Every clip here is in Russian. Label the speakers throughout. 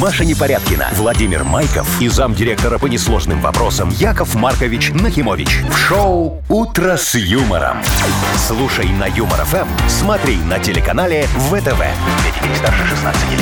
Speaker 1: Маша Непорядкина, Владимир Майков и замдиректора по несложным вопросам Яков Маркович Нахимович. В шоу «Утро с юмором». Слушай на Юмор ФМ, смотри на телеканале ВТВ. Для детей старше 16 лет.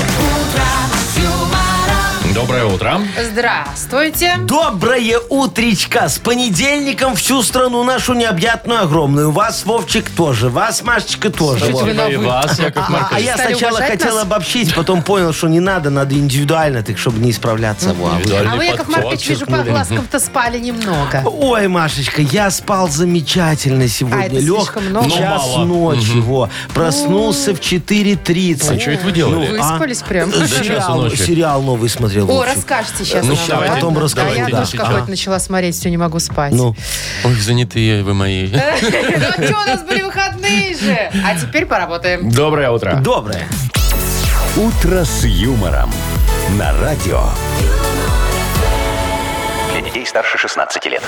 Speaker 2: Доброе утро.
Speaker 3: Здравствуйте.
Speaker 4: Доброе утречко! С понедельником всю страну нашу необъятную, огромную. Вас, Вовчик, тоже. Вас, Машечка, тоже.
Speaker 3: Слушайте,
Speaker 4: Вот.
Speaker 3: вы на
Speaker 2: И
Speaker 3: вы.
Speaker 2: вас,
Speaker 4: А,
Speaker 2: Яков
Speaker 4: а
Speaker 2: Маркович.
Speaker 4: я
Speaker 3: Стали
Speaker 4: сначала
Speaker 3: уважать
Speaker 4: хотел
Speaker 3: нас?
Speaker 4: обобщить, потом понял, что не надо, надо индивидуально, так чтобы не исправляться. Во.
Speaker 3: А вы, Яков Маркович, вижу, по глазкам-то спали немного.
Speaker 4: Ой, Машечка, я спал замечательно сегодня.
Speaker 3: А, это
Speaker 4: Лег
Speaker 3: слишком много?
Speaker 4: в час
Speaker 2: Ну, мало.
Speaker 4: ночи. Во. Проснулся в 4.30.
Speaker 2: А что это вы делали?
Speaker 3: Вы испались прям.
Speaker 4: Ну,
Speaker 2: часу
Speaker 4: Сериал,
Speaker 2: ночи.
Speaker 4: сериал новый смотрел.
Speaker 3: О,
Speaker 4: Вовчик.
Speaker 3: расскажете сейчас.
Speaker 2: Ну,
Speaker 3: нам,
Speaker 2: давайте,
Speaker 3: ладно?
Speaker 4: потом расскажу,
Speaker 3: А я
Speaker 4: да.
Speaker 3: тоже
Speaker 4: А.
Speaker 3: какой-то начала смотреть, все не могу спать.
Speaker 4: Ну,
Speaker 3: а
Speaker 2: Ой, занятые вы мои.
Speaker 3: Ну а что, у нас были выходные же. А теперь поработаем.
Speaker 2: Доброе утро.
Speaker 4: доброе.
Speaker 1: «Утро с юмором» на радио. Для детей старше 16 лет.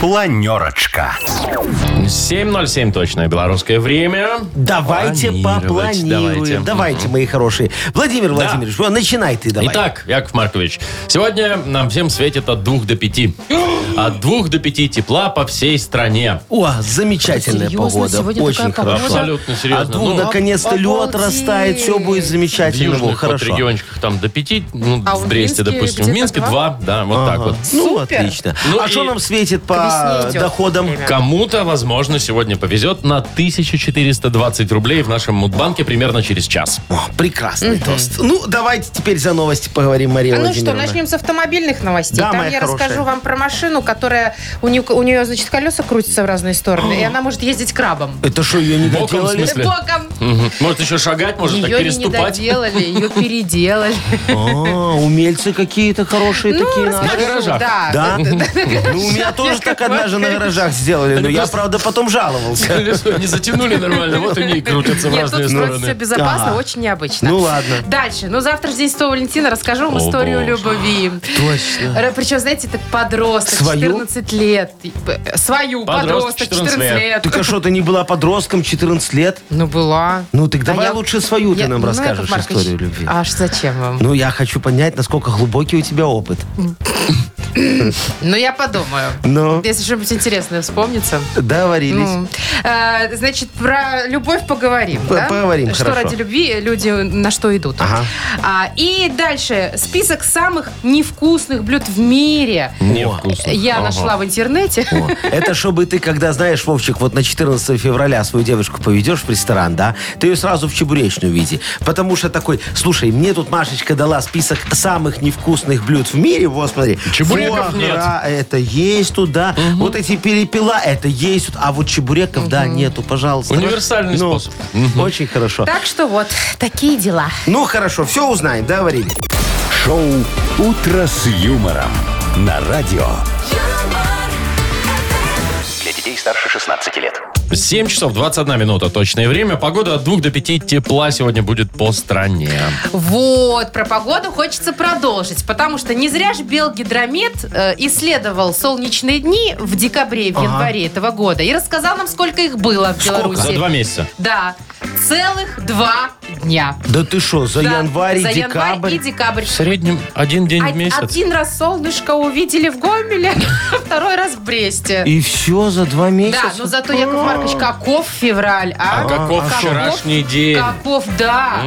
Speaker 1: Планерочка.
Speaker 2: 7.07 точное белорусское время.
Speaker 4: Давайте
Speaker 2: Планировать, давайте.
Speaker 4: попланируем. Давайте, мои хорошие. Владимир Владимирович, во, начинай ты давай.
Speaker 2: Итак, Яков Маркович, сегодня нам всем светит от 2 до 5. От 2 до 5 тепла по всей стране.
Speaker 4: О, замечательная
Speaker 3: Серьезно,
Speaker 4: погода.
Speaker 3: сегодня
Speaker 4: Очень
Speaker 3: такая погода?
Speaker 4: хорошо.
Speaker 2: Абсолютно серьезно.
Speaker 4: А двух,
Speaker 2: Ну,
Speaker 4: наконец-то лед
Speaker 3: обалдеть.
Speaker 4: растает, все будет
Speaker 2: В
Speaker 4: замечательно. Во,
Speaker 2: южных вот
Speaker 4: хорошо.
Speaker 2: региончиках там до 5, ну,
Speaker 3: А у
Speaker 2: в
Speaker 3: Минске
Speaker 2: Бресте, допустим. В
Speaker 3: где-то
Speaker 2: Минске
Speaker 3: два?
Speaker 2: 2, да, вот так вот.
Speaker 4: Ну,
Speaker 3: Супер.
Speaker 4: отлично.
Speaker 2: Ну
Speaker 4: а
Speaker 2: и
Speaker 4: что нам светит
Speaker 3: К
Speaker 4: по
Speaker 3: весне идет
Speaker 4: доходам?
Speaker 3: время.
Speaker 2: Кому-то, возможно, сегодня повезет на 1420 рублей в нашем мудбанке примерно через час.
Speaker 4: О, прекрасный тост. Ну, давайте теперь за новости поговорим, Мария
Speaker 3: А ну что,
Speaker 4: Владимировна.
Speaker 3: начнем с автомобильных новостей.
Speaker 4: Да,
Speaker 3: Там
Speaker 4: моя
Speaker 3: я
Speaker 4: хорошая.
Speaker 3: расскажу вам про машину, которая у нее, у нее, значит, колеса крутятся в разные стороны, и она может ездить крабом.
Speaker 4: Это что, ее не
Speaker 2: Боком, в
Speaker 4: доделали?
Speaker 2: смысле?
Speaker 3: Боком.
Speaker 2: Мгм. Может еще шагать, может так
Speaker 3: Ее не
Speaker 2: переступать.
Speaker 3: доделали, ее переделали. Ну,
Speaker 4: А, умельцы какие-то хорошие такие.
Speaker 3: расскажу,
Speaker 4: наши.
Speaker 2: гаражах.
Speaker 3: Да.
Speaker 4: Да? Ну, у меня тоже так однажды на гаражах сделали, но я, правда, потом жаловался.
Speaker 2: Колесо не затянули нормально, вот они и крутятся в
Speaker 3: Нет,
Speaker 2: разные
Speaker 3: тут просто все
Speaker 2: стороны.
Speaker 3: безопасно,
Speaker 4: Ага.
Speaker 3: очень необычно.
Speaker 4: Ну, ладно.
Speaker 3: Дальше. Ну, завтра же День Святого Валентина. Расскажу вам
Speaker 2: О,
Speaker 3: историю
Speaker 2: боже.
Speaker 3: любви.
Speaker 4: Точно.
Speaker 3: Р- Причем, знаете, это подросток,
Speaker 4: Свою?
Speaker 3: 14 лет. И, э, Свою, подросток,
Speaker 2: Подросток,
Speaker 3: 14 лет.
Speaker 4: Ты а что, ты не была подростком 14 лет?
Speaker 3: Ну, была.
Speaker 4: Ну, так давай
Speaker 3: я-
Speaker 4: лучше свою ты
Speaker 3: Я-
Speaker 4: нам
Speaker 3: ну,
Speaker 4: расскажешь
Speaker 3: Яков Маркович,
Speaker 4: историю любви.
Speaker 3: Аж зачем вам?
Speaker 4: Ну, я хочу понять, насколько глубокий у тебя опыт.
Speaker 3: Ну, я подумаю.
Speaker 4: Ну,
Speaker 3: Если что-нибудь интересное вспомнится.
Speaker 4: договорились.
Speaker 3: Ну, э, значит, про любовь поговорим.
Speaker 4: П-
Speaker 3: да?
Speaker 4: поговорим,
Speaker 3: Что
Speaker 4: хорошо.
Speaker 3: ради любви люди на что идут.
Speaker 4: Ага.
Speaker 3: А, и дальше список самых невкусных блюд в мире.
Speaker 2: Невкусно.
Speaker 3: Я
Speaker 2: Ага.
Speaker 3: нашла в интернете.
Speaker 4: О, Это чтобы ты, когда знаешь, Вовчик, вот на 14 февраля свою девушку поведешь в ресторан, да, ты ее сразу в чебуречную види. Потому что такой, слушай, мне тут Машечка дала список самых невкусных блюд в мире. Вот, смотри.
Speaker 2: Чебуреков
Speaker 4: фуа гра, это есть туда. Вот эти перепела, это есть. тут, А вот чебуреков, да, нету, пожалуйста.
Speaker 2: Универсальный
Speaker 4: Ну,
Speaker 2: способ.
Speaker 4: Очень хорошо.
Speaker 3: Так что вот, такие дела.
Speaker 4: Ну, хорошо, все узнаем, да, Варили?
Speaker 1: Шоу «Утро с юмором» на радио. Для детей старше 16 лет.
Speaker 2: 7 часов 21 минута точное время. Погода от 2 до 5 тепла сегодня будет по стране.
Speaker 3: Вот, про погоду хочется продолжить, потому что не зря же Белгидромет э, исследовал солнечные дни в декабре и в январе этого года и рассказал нам, сколько их было в Беларуси.
Speaker 2: За два месяца.
Speaker 3: Да, целых два дня.
Speaker 4: Да ты что, за
Speaker 3: Да,
Speaker 4: январь и
Speaker 3: за
Speaker 4: декабрь?
Speaker 3: январь и декабрь.
Speaker 2: В среднем один день в
Speaker 3: Од-
Speaker 2: месяц.
Speaker 3: Один раз солнышко увидели в Гомеле, второй раз в Бресте.
Speaker 4: И все за два месяца?
Speaker 3: Да, ну, но зато Яков Маркович,
Speaker 4: А.
Speaker 3: каков февраль, а?
Speaker 2: А каков вчерашний день?
Speaker 3: Каков, да.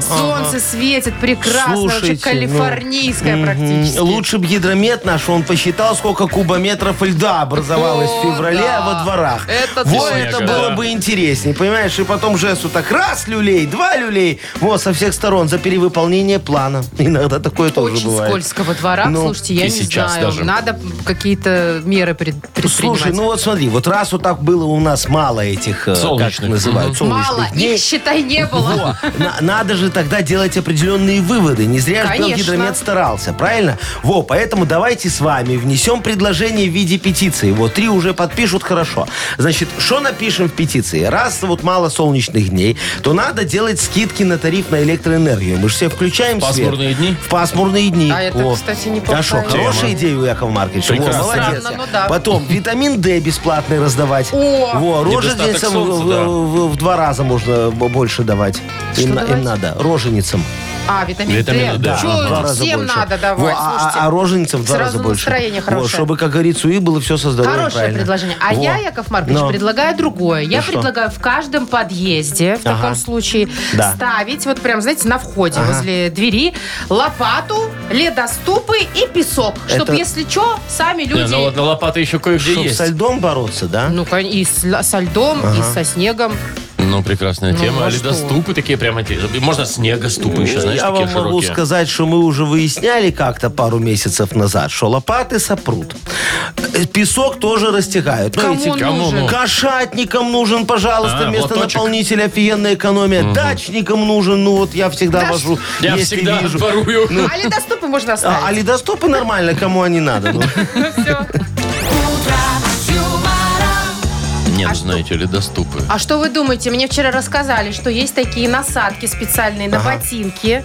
Speaker 3: Солнце светит прекрасно, очень
Speaker 4: Слушайте, ну,
Speaker 3: калифорнийское практически.
Speaker 4: Мгм. Лучше б гидромет наш, он посчитал, сколько кубометров льда образовалось
Speaker 3: О,
Speaker 4: в феврале
Speaker 3: да.
Speaker 4: во дворах.
Speaker 3: Это
Speaker 4: Во,
Speaker 3: точно.
Speaker 4: это
Speaker 2: Снега,
Speaker 4: было
Speaker 2: да.
Speaker 4: бы интереснее, понимаешь? И потом Жесу так раз люлей, два люлей. Вот, со всех сторон за перевыполнение плана. Иногда такое тоже
Speaker 3: Очень
Speaker 4: бывает.
Speaker 3: скользко во дворах,
Speaker 4: Ну,
Speaker 3: слушайте, я
Speaker 2: и
Speaker 3: не
Speaker 2: сейчас
Speaker 3: знаю.
Speaker 2: даже.
Speaker 3: Надо какие-то меры пред- предпринимать.
Speaker 4: Слушай, ну вот смотри, вот раз вот так было у нас мало этих, э,
Speaker 2: Солнечных.
Speaker 4: как называют, солнечных
Speaker 3: Мало,
Speaker 4: дней.
Speaker 3: их, считай, не было.
Speaker 4: На- надо же тогда делать определенные выводы. Не зря же
Speaker 3: Конечно.
Speaker 4: Белгидромет старался, правильно? Во, поэтому давайте с вами внесем предложение в виде петиции. Вот три уже подпишут, хорошо. Значит, что напишем в петиции? Раз вот мало солнечных дней, то надо делать скидки на тариф на электроэнергию. Мы же все включаем
Speaker 2: В
Speaker 4: свет.
Speaker 2: пасмурные дни?
Speaker 4: В пасмурные дни.
Speaker 3: А это,
Speaker 4: Во.
Speaker 3: кстати, неплохая
Speaker 4: А шо,
Speaker 3: идея.
Speaker 4: хорошая идея у Якова Марковича. Во,
Speaker 2: Прекрасно.
Speaker 4: молодец.
Speaker 3: Странно, ну да.
Speaker 4: Потом витамин D бесплатный раздавать.
Speaker 3: О!
Speaker 4: Во,
Speaker 2: Недостаток
Speaker 4: роженицам в-
Speaker 2: солнца, да.
Speaker 4: в- в в два раза можно б- больше давать. Им, на- им
Speaker 3: давать?
Speaker 4: надо. Роженицам.
Speaker 3: А, витамин,
Speaker 2: Витамина
Speaker 3: D.
Speaker 2: D. Да,
Speaker 3: Чё
Speaker 4: в два раза
Speaker 3: всем
Speaker 4: больше.
Speaker 3: надо
Speaker 4: Во,
Speaker 3: давать?
Speaker 4: а-
Speaker 3: Слушайте,
Speaker 4: а, а роженицам в два
Speaker 3: сразу
Speaker 4: раза больше.
Speaker 3: настроение
Speaker 4: Во,
Speaker 3: хорошее.
Speaker 4: чтобы, как говорится, у и было все со здоровьем
Speaker 3: Хорошее
Speaker 4: правильно.
Speaker 3: предложение. А
Speaker 4: Во.
Speaker 3: я, Яков Маркович,
Speaker 4: Но.
Speaker 3: предлагаю другое. Я
Speaker 4: что?
Speaker 3: предлагаю в каждом подъезде, в
Speaker 4: Ага.
Speaker 3: таком случае,
Speaker 4: Да.
Speaker 3: ставить, вот прям, знаете, на входе возле двери, лопату, ледоступы и песок. Чтобы,
Speaker 4: Это-
Speaker 3: если что, сами
Speaker 2: Не,
Speaker 3: люди...
Speaker 2: ну ладно, лопата еще кое-где
Speaker 4: Чтоб
Speaker 2: есть.
Speaker 4: со льдом бороться, да?
Speaker 3: Ну, кон- и с л- со льдом, и со снегом.
Speaker 2: Ну, прекрасная тема.
Speaker 3: а
Speaker 2: Или
Speaker 3: что?
Speaker 2: доступы такие прямо. те- Можно снегоступы еще, знаешь,
Speaker 4: Я
Speaker 2: такие
Speaker 4: вам могу
Speaker 2: широкие.
Speaker 4: сказать, что мы уже выясняли как-то пару месяцев назад, что лопаты сопрут. Э, Песок тоже растягают. Ну,
Speaker 3: Кому
Speaker 4: эти
Speaker 3: нужен?
Speaker 2: кому нужен?
Speaker 4: Кошатникам нужен, пожалуйста,
Speaker 2: А,
Speaker 4: вместо
Speaker 2: лоточек.
Speaker 4: наполнителя офигенная экономия. Дачникам нужен, ну вот я всегда
Speaker 3: Да
Speaker 4: вожу.
Speaker 2: Я
Speaker 4: если
Speaker 2: всегда
Speaker 4: вижу.
Speaker 2: ворую.
Speaker 3: А а, ледоступы можно
Speaker 4: А, а
Speaker 3: оставить.
Speaker 4: ледостопы нормально, кому они надо? ну.
Speaker 3: Всё.
Speaker 2: Не, ну, знаете ли, доступы.
Speaker 3: А что вы думаете? Мне вчера рассказали, что есть такие насадки специальные на ботинки.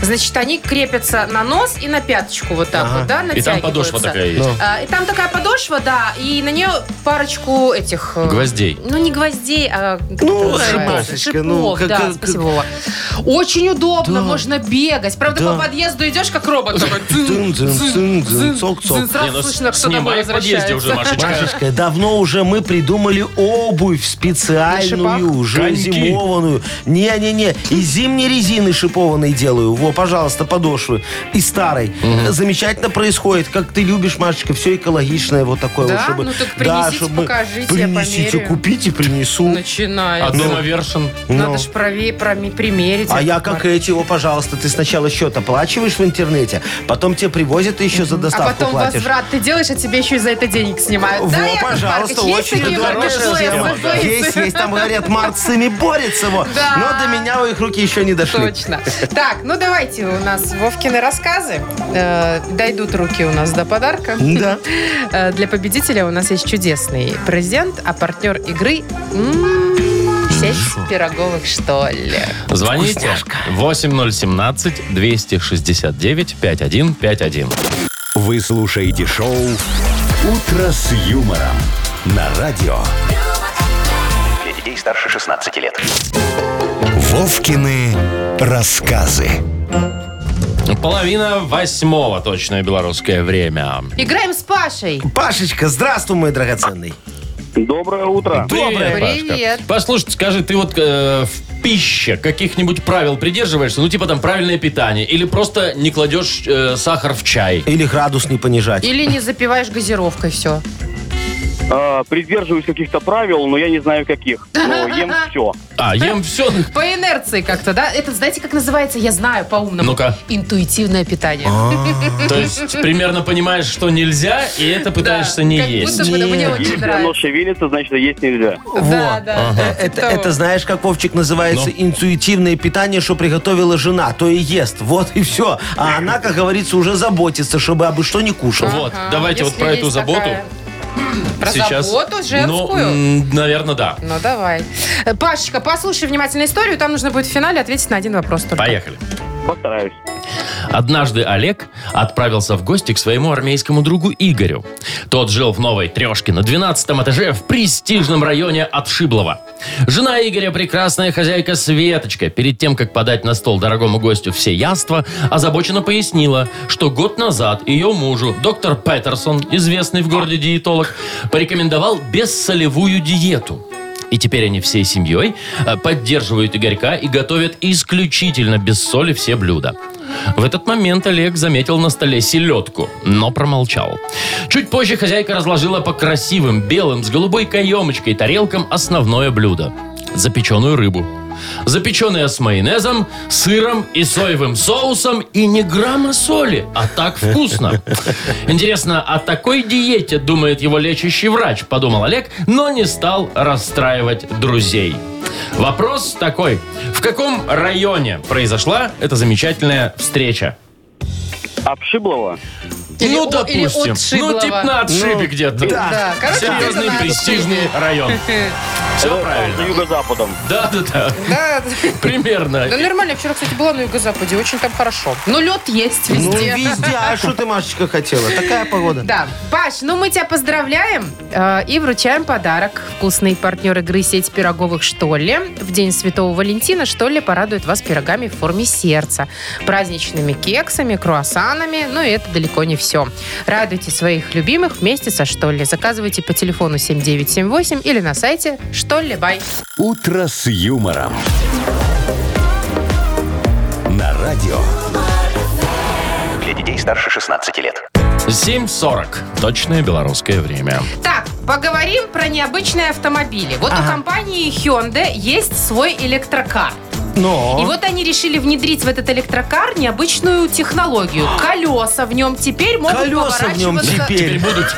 Speaker 3: Значит, они крепятся на нос и на пяточку вот так вот, да,
Speaker 2: И там подошва
Speaker 3: натягиваются.
Speaker 2: такая есть.
Speaker 3: А, И там такая подошва, да, и на нее парочку этих... э,
Speaker 2: Гвоздей.
Speaker 3: Ну, не гвоздей, а... как
Speaker 4: Ну,
Speaker 3: это называется?
Speaker 4: шипашечка, ну,
Speaker 3: Шипов,
Speaker 4: как-
Speaker 3: да,
Speaker 4: как-
Speaker 3: спасибо, Вова. Очень удобно, можно бегать. Правда,
Speaker 4: Да.
Speaker 3: по подъезду идешь, как робот. такой, дзынь,
Speaker 4: Дзынь, дзынь,
Speaker 3: дзынь,
Speaker 4: дзынь, дзынь,
Speaker 3: дзынь,
Speaker 4: цок-цок.
Speaker 3: дзынь.
Speaker 2: Не, ну,
Speaker 3: Сразу слышно, кто домой
Speaker 2: снимай в
Speaker 3: возвращается.
Speaker 2: подъезде уже, Машечка.
Speaker 4: Машечка, давно уже мы придумали обувь специальную,
Speaker 3: шипах?
Speaker 4: уже
Speaker 2: Коньки.
Speaker 4: зимованную. Не-не-не, из зимней резины шипованной делаю. Во, пожалуйста, подошвы. И старой. Замечательно происходит. Как ты любишь, Машечка, все экологичное вот такое.
Speaker 3: Да?
Speaker 4: вот, чтобы...
Speaker 3: Ну так принесите,
Speaker 4: чтобы-
Speaker 3: покажите, я
Speaker 4: Принесите,
Speaker 3: померяю.
Speaker 4: купите, принесу.
Speaker 2: А
Speaker 3: Начинается.
Speaker 2: дома вершин.
Speaker 3: Надо
Speaker 4: Ну.
Speaker 3: же правее, проме- примерить.
Speaker 4: А
Speaker 3: Яков
Speaker 4: я как
Speaker 3: Маркович.
Speaker 4: эти, о, пожалуйста, ты сначала счет оплачиваешь в интернете, потом тебе привозят и еще за
Speaker 3: А
Speaker 4: доставку
Speaker 3: потом
Speaker 4: платишь.
Speaker 3: возврат ты делаешь, а тебе еще и за это денег снимают.
Speaker 4: Во,
Speaker 3: да, Яков
Speaker 4: пожалуйста,
Speaker 3: Маркович,
Speaker 4: очень
Speaker 3: есть такие
Speaker 4: хорошая
Speaker 3: маркетплейсы,
Speaker 4: схема.
Speaker 3: да.
Speaker 4: Есть, есть, там говорят, Март с ними борется, вот.
Speaker 3: Да.
Speaker 4: но до меня у их руки еще не дошли.
Speaker 3: Точно. Так, ну давайте у нас Вовкины рассказы. Э, дойдут руки у нас до подарка.
Speaker 4: Да.
Speaker 3: Э, для победителя у нас есть чудесный президент, а партнер игры м, сеть пироговых, что ли.
Speaker 2: Звоните 8017-269-5151.
Speaker 1: Вы слушаете шоу «Утро с юмором» на радио.
Speaker 5: Для детей старше 16 лет.
Speaker 1: Вовкины рассказы.
Speaker 2: Половина восьмого точное белорусское время.
Speaker 3: Играем с Пашей.
Speaker 4: Пашечка, здравствуй, мой драгоценный.
Speaker 6: Доброе утро.
Speaker 2: Привет, Пашка.
Speaker 3: Привет.
Speaker 2: Послушай, скажи, ты вот э, в пище каких-нибудь правил придерживаешься? Ну, типа там правильное питание. Или просто не кладешь э, сахар в чай?
Speaker 4: Или градус не понижать.
Speaker 3: Или не запиваешь газировкой все.
Speaker 6: А, придерживаюсь каких-то правил, но я не знаю каких. Но ем все.
Speaker 2: А, ем все.
Speaker 3: По инерции как-то, да? Это, знаете, как называется? Я знаю по-умному.
Speaker 2: Ну-ка.
Speaker 3: Интуитивное питание.
Speaker 2: То есть примерно понимаешь, что нельзя, и это пытаешься
Speaker 3: Да,
Speaker 2: не
Speaker 3: как
Speaker 2: есть.
Speaker 3: будто бы, да, мне
Speaker 4: Нет.
Speaker 3: очень
Speaker 6: Если оно
Speaker 3: нравится.
Speaker 6: шевелится, значит, есть нельзя.
Speaker 3: Да, да. да, типа
Speaker 4: Э, Это,
Speaker 3: того.
Speaker 4: это знаешь, как Вовчик называется интуитивное питание, что приготовила жена, то и ест. Вот и все. А она, как говорится, уже заботится, чтобы обы что не кушал.
Speaker 2: Вот,
Speaker 3: Ага,
Speaker 2: давайте
Speaker 3: А,
Speaker 2: вот
Speaker 3: если
Speaker 2: про эту
Speaker 3: есть
Speaker 2: заботу.
Speaker 3: такая. Про
Speaker 2: Сейчас.
Speaker 3: заботу женскую?
Speaker 2: Ну, наверное, да.
Speaker 3: Ну, давай. Э, Пашечка, послушай внимательно историю. Там нужно будет в финале ответить на один вопрос только.
Speaker 2: Поехали.
Speaker 6: Постараюсь.
Speaker 2: Однажды Олег отправился в гости к своему армейскому другу Игорю. Тот жил в новой трешке на 12 этаже в престижном районе Отшиблова. Жена Игоря – прекрасная хозяйка Светочка. Перед тем, как подать на стол дорогому гостю все яства, озабоченно пояснила, что год назад ее мужу, доктор Петерсон, известный в городе диетолог, порекомендовал бессолевую диету. И теперь они всей семьей э, поддерживают Игорька и готовят исключительно без соли все блюда. В этот момент Олег заметил на столе селедку, но промолчал. Чуть позже хозяйка разложила по красивым, белым, с голубой каемочкой тарелкам основное блюдо – запеченную рыбу. Запеченная с майонезом, сыром и соевым соусом и не грамма соли, а так вкусно. Интересно, о такой диете думает его лечащий врач, подумал Олег, но не стал расстраивать друзей. Вопрос такой. В каком районе произошла эта замечательная встреча?
Speaker 6: Обшиблова.
Speaker 3: Или
Speaker 2: ну,
Speaker 3: о-
Speaker 2: допустим.
Speaker 3: или от
Speaker 2: ну,
Speaker 3: Шиблова.
Speaker 2: типа на отшибе где-то.
Speaker 3: Да, короче,
Speaker 2: Серьезный
Speaker 3: где-то на
Speaker 2: престижный район.
Speaker 3: отшибе.
Speaker 2: Все
Speaker 6: Э,
Speaker 2: правильно.
Speaker 6: Юго-западом.
Speaker 2: Да, да, да.
Speaker 3: Да,
Speaker 2: Примерно.
Speaker 7: Да нормально, я вчера, кстати, была на юго-западе, очень там хорошо.
Speaker 3: ну лед есть
Speaker 4: Ну,
Speaker 3: везде.
Speaker 4: везде. А что ты, Машечка, хотела? Такая погода.
Speaker 3: Да. Паш, ну мы тебя поздравляем э, и вручаем подарок. Вкусный партнер игры сеть пироговых «Штолле». В День Святого Валентина «Штолле» порадует вас пирогами в форме сердца, праздничными кексами, круассанами, но и это далеко не все. Радуйте своих любимых вместе со «Штолле». Заказывайте по телефону 7978 или на сайте «Штолле Бай».
Speaker 1: «Утро с юмором». На радио.
Speaker 5: Для детей старше 16 лет.
Speaker 2: 7.40. Точное белорусское время.
Speaker 3: Так, поговорим про необычные автомобили. Вот у компании Hyundai есть свой электрокар.
Speaker 4: Но...
Speaker 3: И вот они решили внедрить в этот электрокар необычную технологию. Колеса в нем теперь могут
Speaker 4: Колеса в нем
Speaker 3: поворачиваться,
Speaker 4: теперь.
Speaker 2: Будут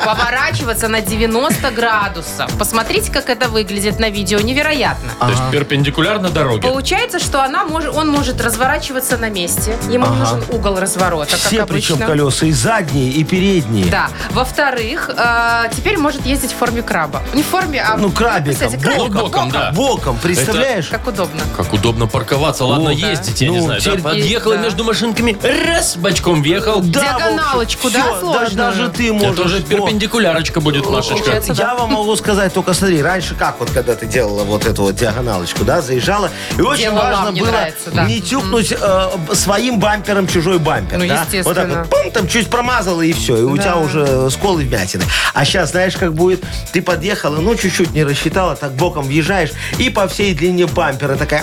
Speaker 3: поворачиваться на 90 градусов. Посмотрите, как это выглядит на видео. Невероятно.
Speaker 2: то есть перпендикулярно дороге.
Speaker 3: Получается, что она может, он может разворачиваться на месте. Ему нужен угол разворота,
Speaker 4: Все
Speaker 3: как обычно.
Speaker 4: причем колеса, и задние, и передние.
Speaker 3: Да. Во-вторых, э, теперь может ездить в форме краба. Не в форме, а...
Speaker 4: Ну, крабиком,
Speaker 3: Кстати,
Speaker 2: боком, боком, да.
Speaker 4: Боком, представляешь?
Speaker 3: Как удобно.
Speaker 2: Как удобно парковаться. Ладно,
Speaker 4: О, да.
Speaker 2: ездить, я не
Speaker 4: Ну,
Speaker 2: знаю. да,
Speaker 4: теперь-
Speaker 2: Подъехала
Speaker 3: Да.
Speaker 2: между машинками, раз, бочком
Speaker 4: Да,
Speaker 2: въехал.
Speaker 4: в общем,
Speaker 3: Диагоналочку, да,
Speaker 4: всё, да,
Speaker 3: сложную?
Speaker 4: даже ты
Speaker 2: Это
Speaker 4: можешь.
Speaker 2: тоже
Speaker 4: вот.
Speaker 2: перпендикулярочка будет, Машечка.
Speaker 3: Получается, да.
Speaker 4: Я вам могу сказать, только смотри, раньше как вот, когда ты делала вот эту вот диагоналочку, да, заезжала, и очень
Speaker 3: Делала,
Speaker 4: важно
Speaker 3: мне
Speaker 4: было
Speaker 3: нравится, да.
Speaker 4: не тюкнуть э, б- своим бампером чужой бампер,
Speaker 3: Ну,
Speaker 4: да. Вот так
Speaker 3: естественно.
Speaker 4: вот, пум, там чуть промазала, и все, и у тебя уже сколы вмятины. А сейчас, знаешь, как будет, ты подъехала, ну, чуть-чуть не рассчитала, так боком въезжаешь, и по всей длине бампера такая...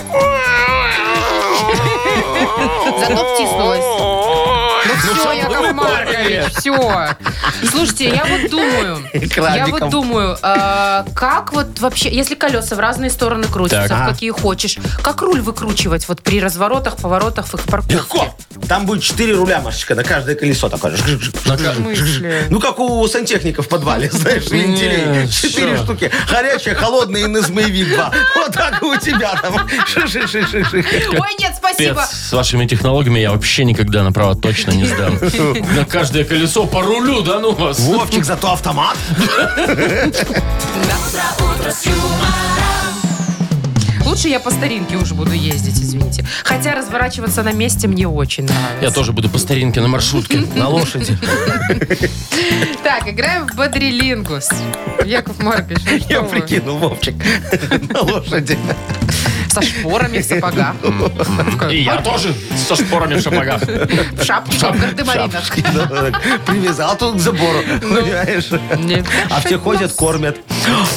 Speaker 3: Зато втиснулась. Ну все, Яков Маркович, все. Слушайте, я вот думаю, я вот
Speaker 4: Крабиком.
Speaker 3: думаю, а, как вот вообще, если колеса в разные стороны крутятся,
Speaker 2: Так.
Speaker 3: в какие хочешь, как руль выкручивать вот при разворотах, поворотах в их парковке?
Speaker 4: Легко. Там будет 4 руля, Машечка, на каждое колесо такое. Ну, как у сантехника в подвале, знаешь, вентилей. Четыре
Speaker 2: всё.
Speaker 4: штуки. Горячая, холодная и на змеевик два. Вот так и у тебя там. Ши-ши-ши-ши-ши.
Speaker 3: Ой, нет,
Speaker 2: Пец,
Speaker 3: спасибо.
Speaker 2: с вашими технологиями я вообще никогда направо точно не сдам. На каждое колесо по рулю, да ну вас.
Speaker 4: Вовчик, зато автомат.
Speaker 3: Лучше я по старинке уже буду ездить, извините. Хотя разворачиваться на месте мне очень нравится.
Speaker 2: Я тоже буду по старинке на маршрутке. На лошади.
Speaker 3: Так, играем в Бодрилингус. Яков Маркович, ну что
Speaker 4: Я
Speaker 3: вы?
Speaker 4: прикинул, Вовчик, на лошади.
Speaker 3: Со шпорами в сапогах.
Speaker 4: Ну
Speaker 2: И я тоже со шпорами в шапогах.
Speaker 3: В шапке, в гардемаринах.
Speaker 4: Привязал тут к забору, понимаешь?
Speaker 3: Нет.
Speaker 4: Ну. А все ходят, кормят.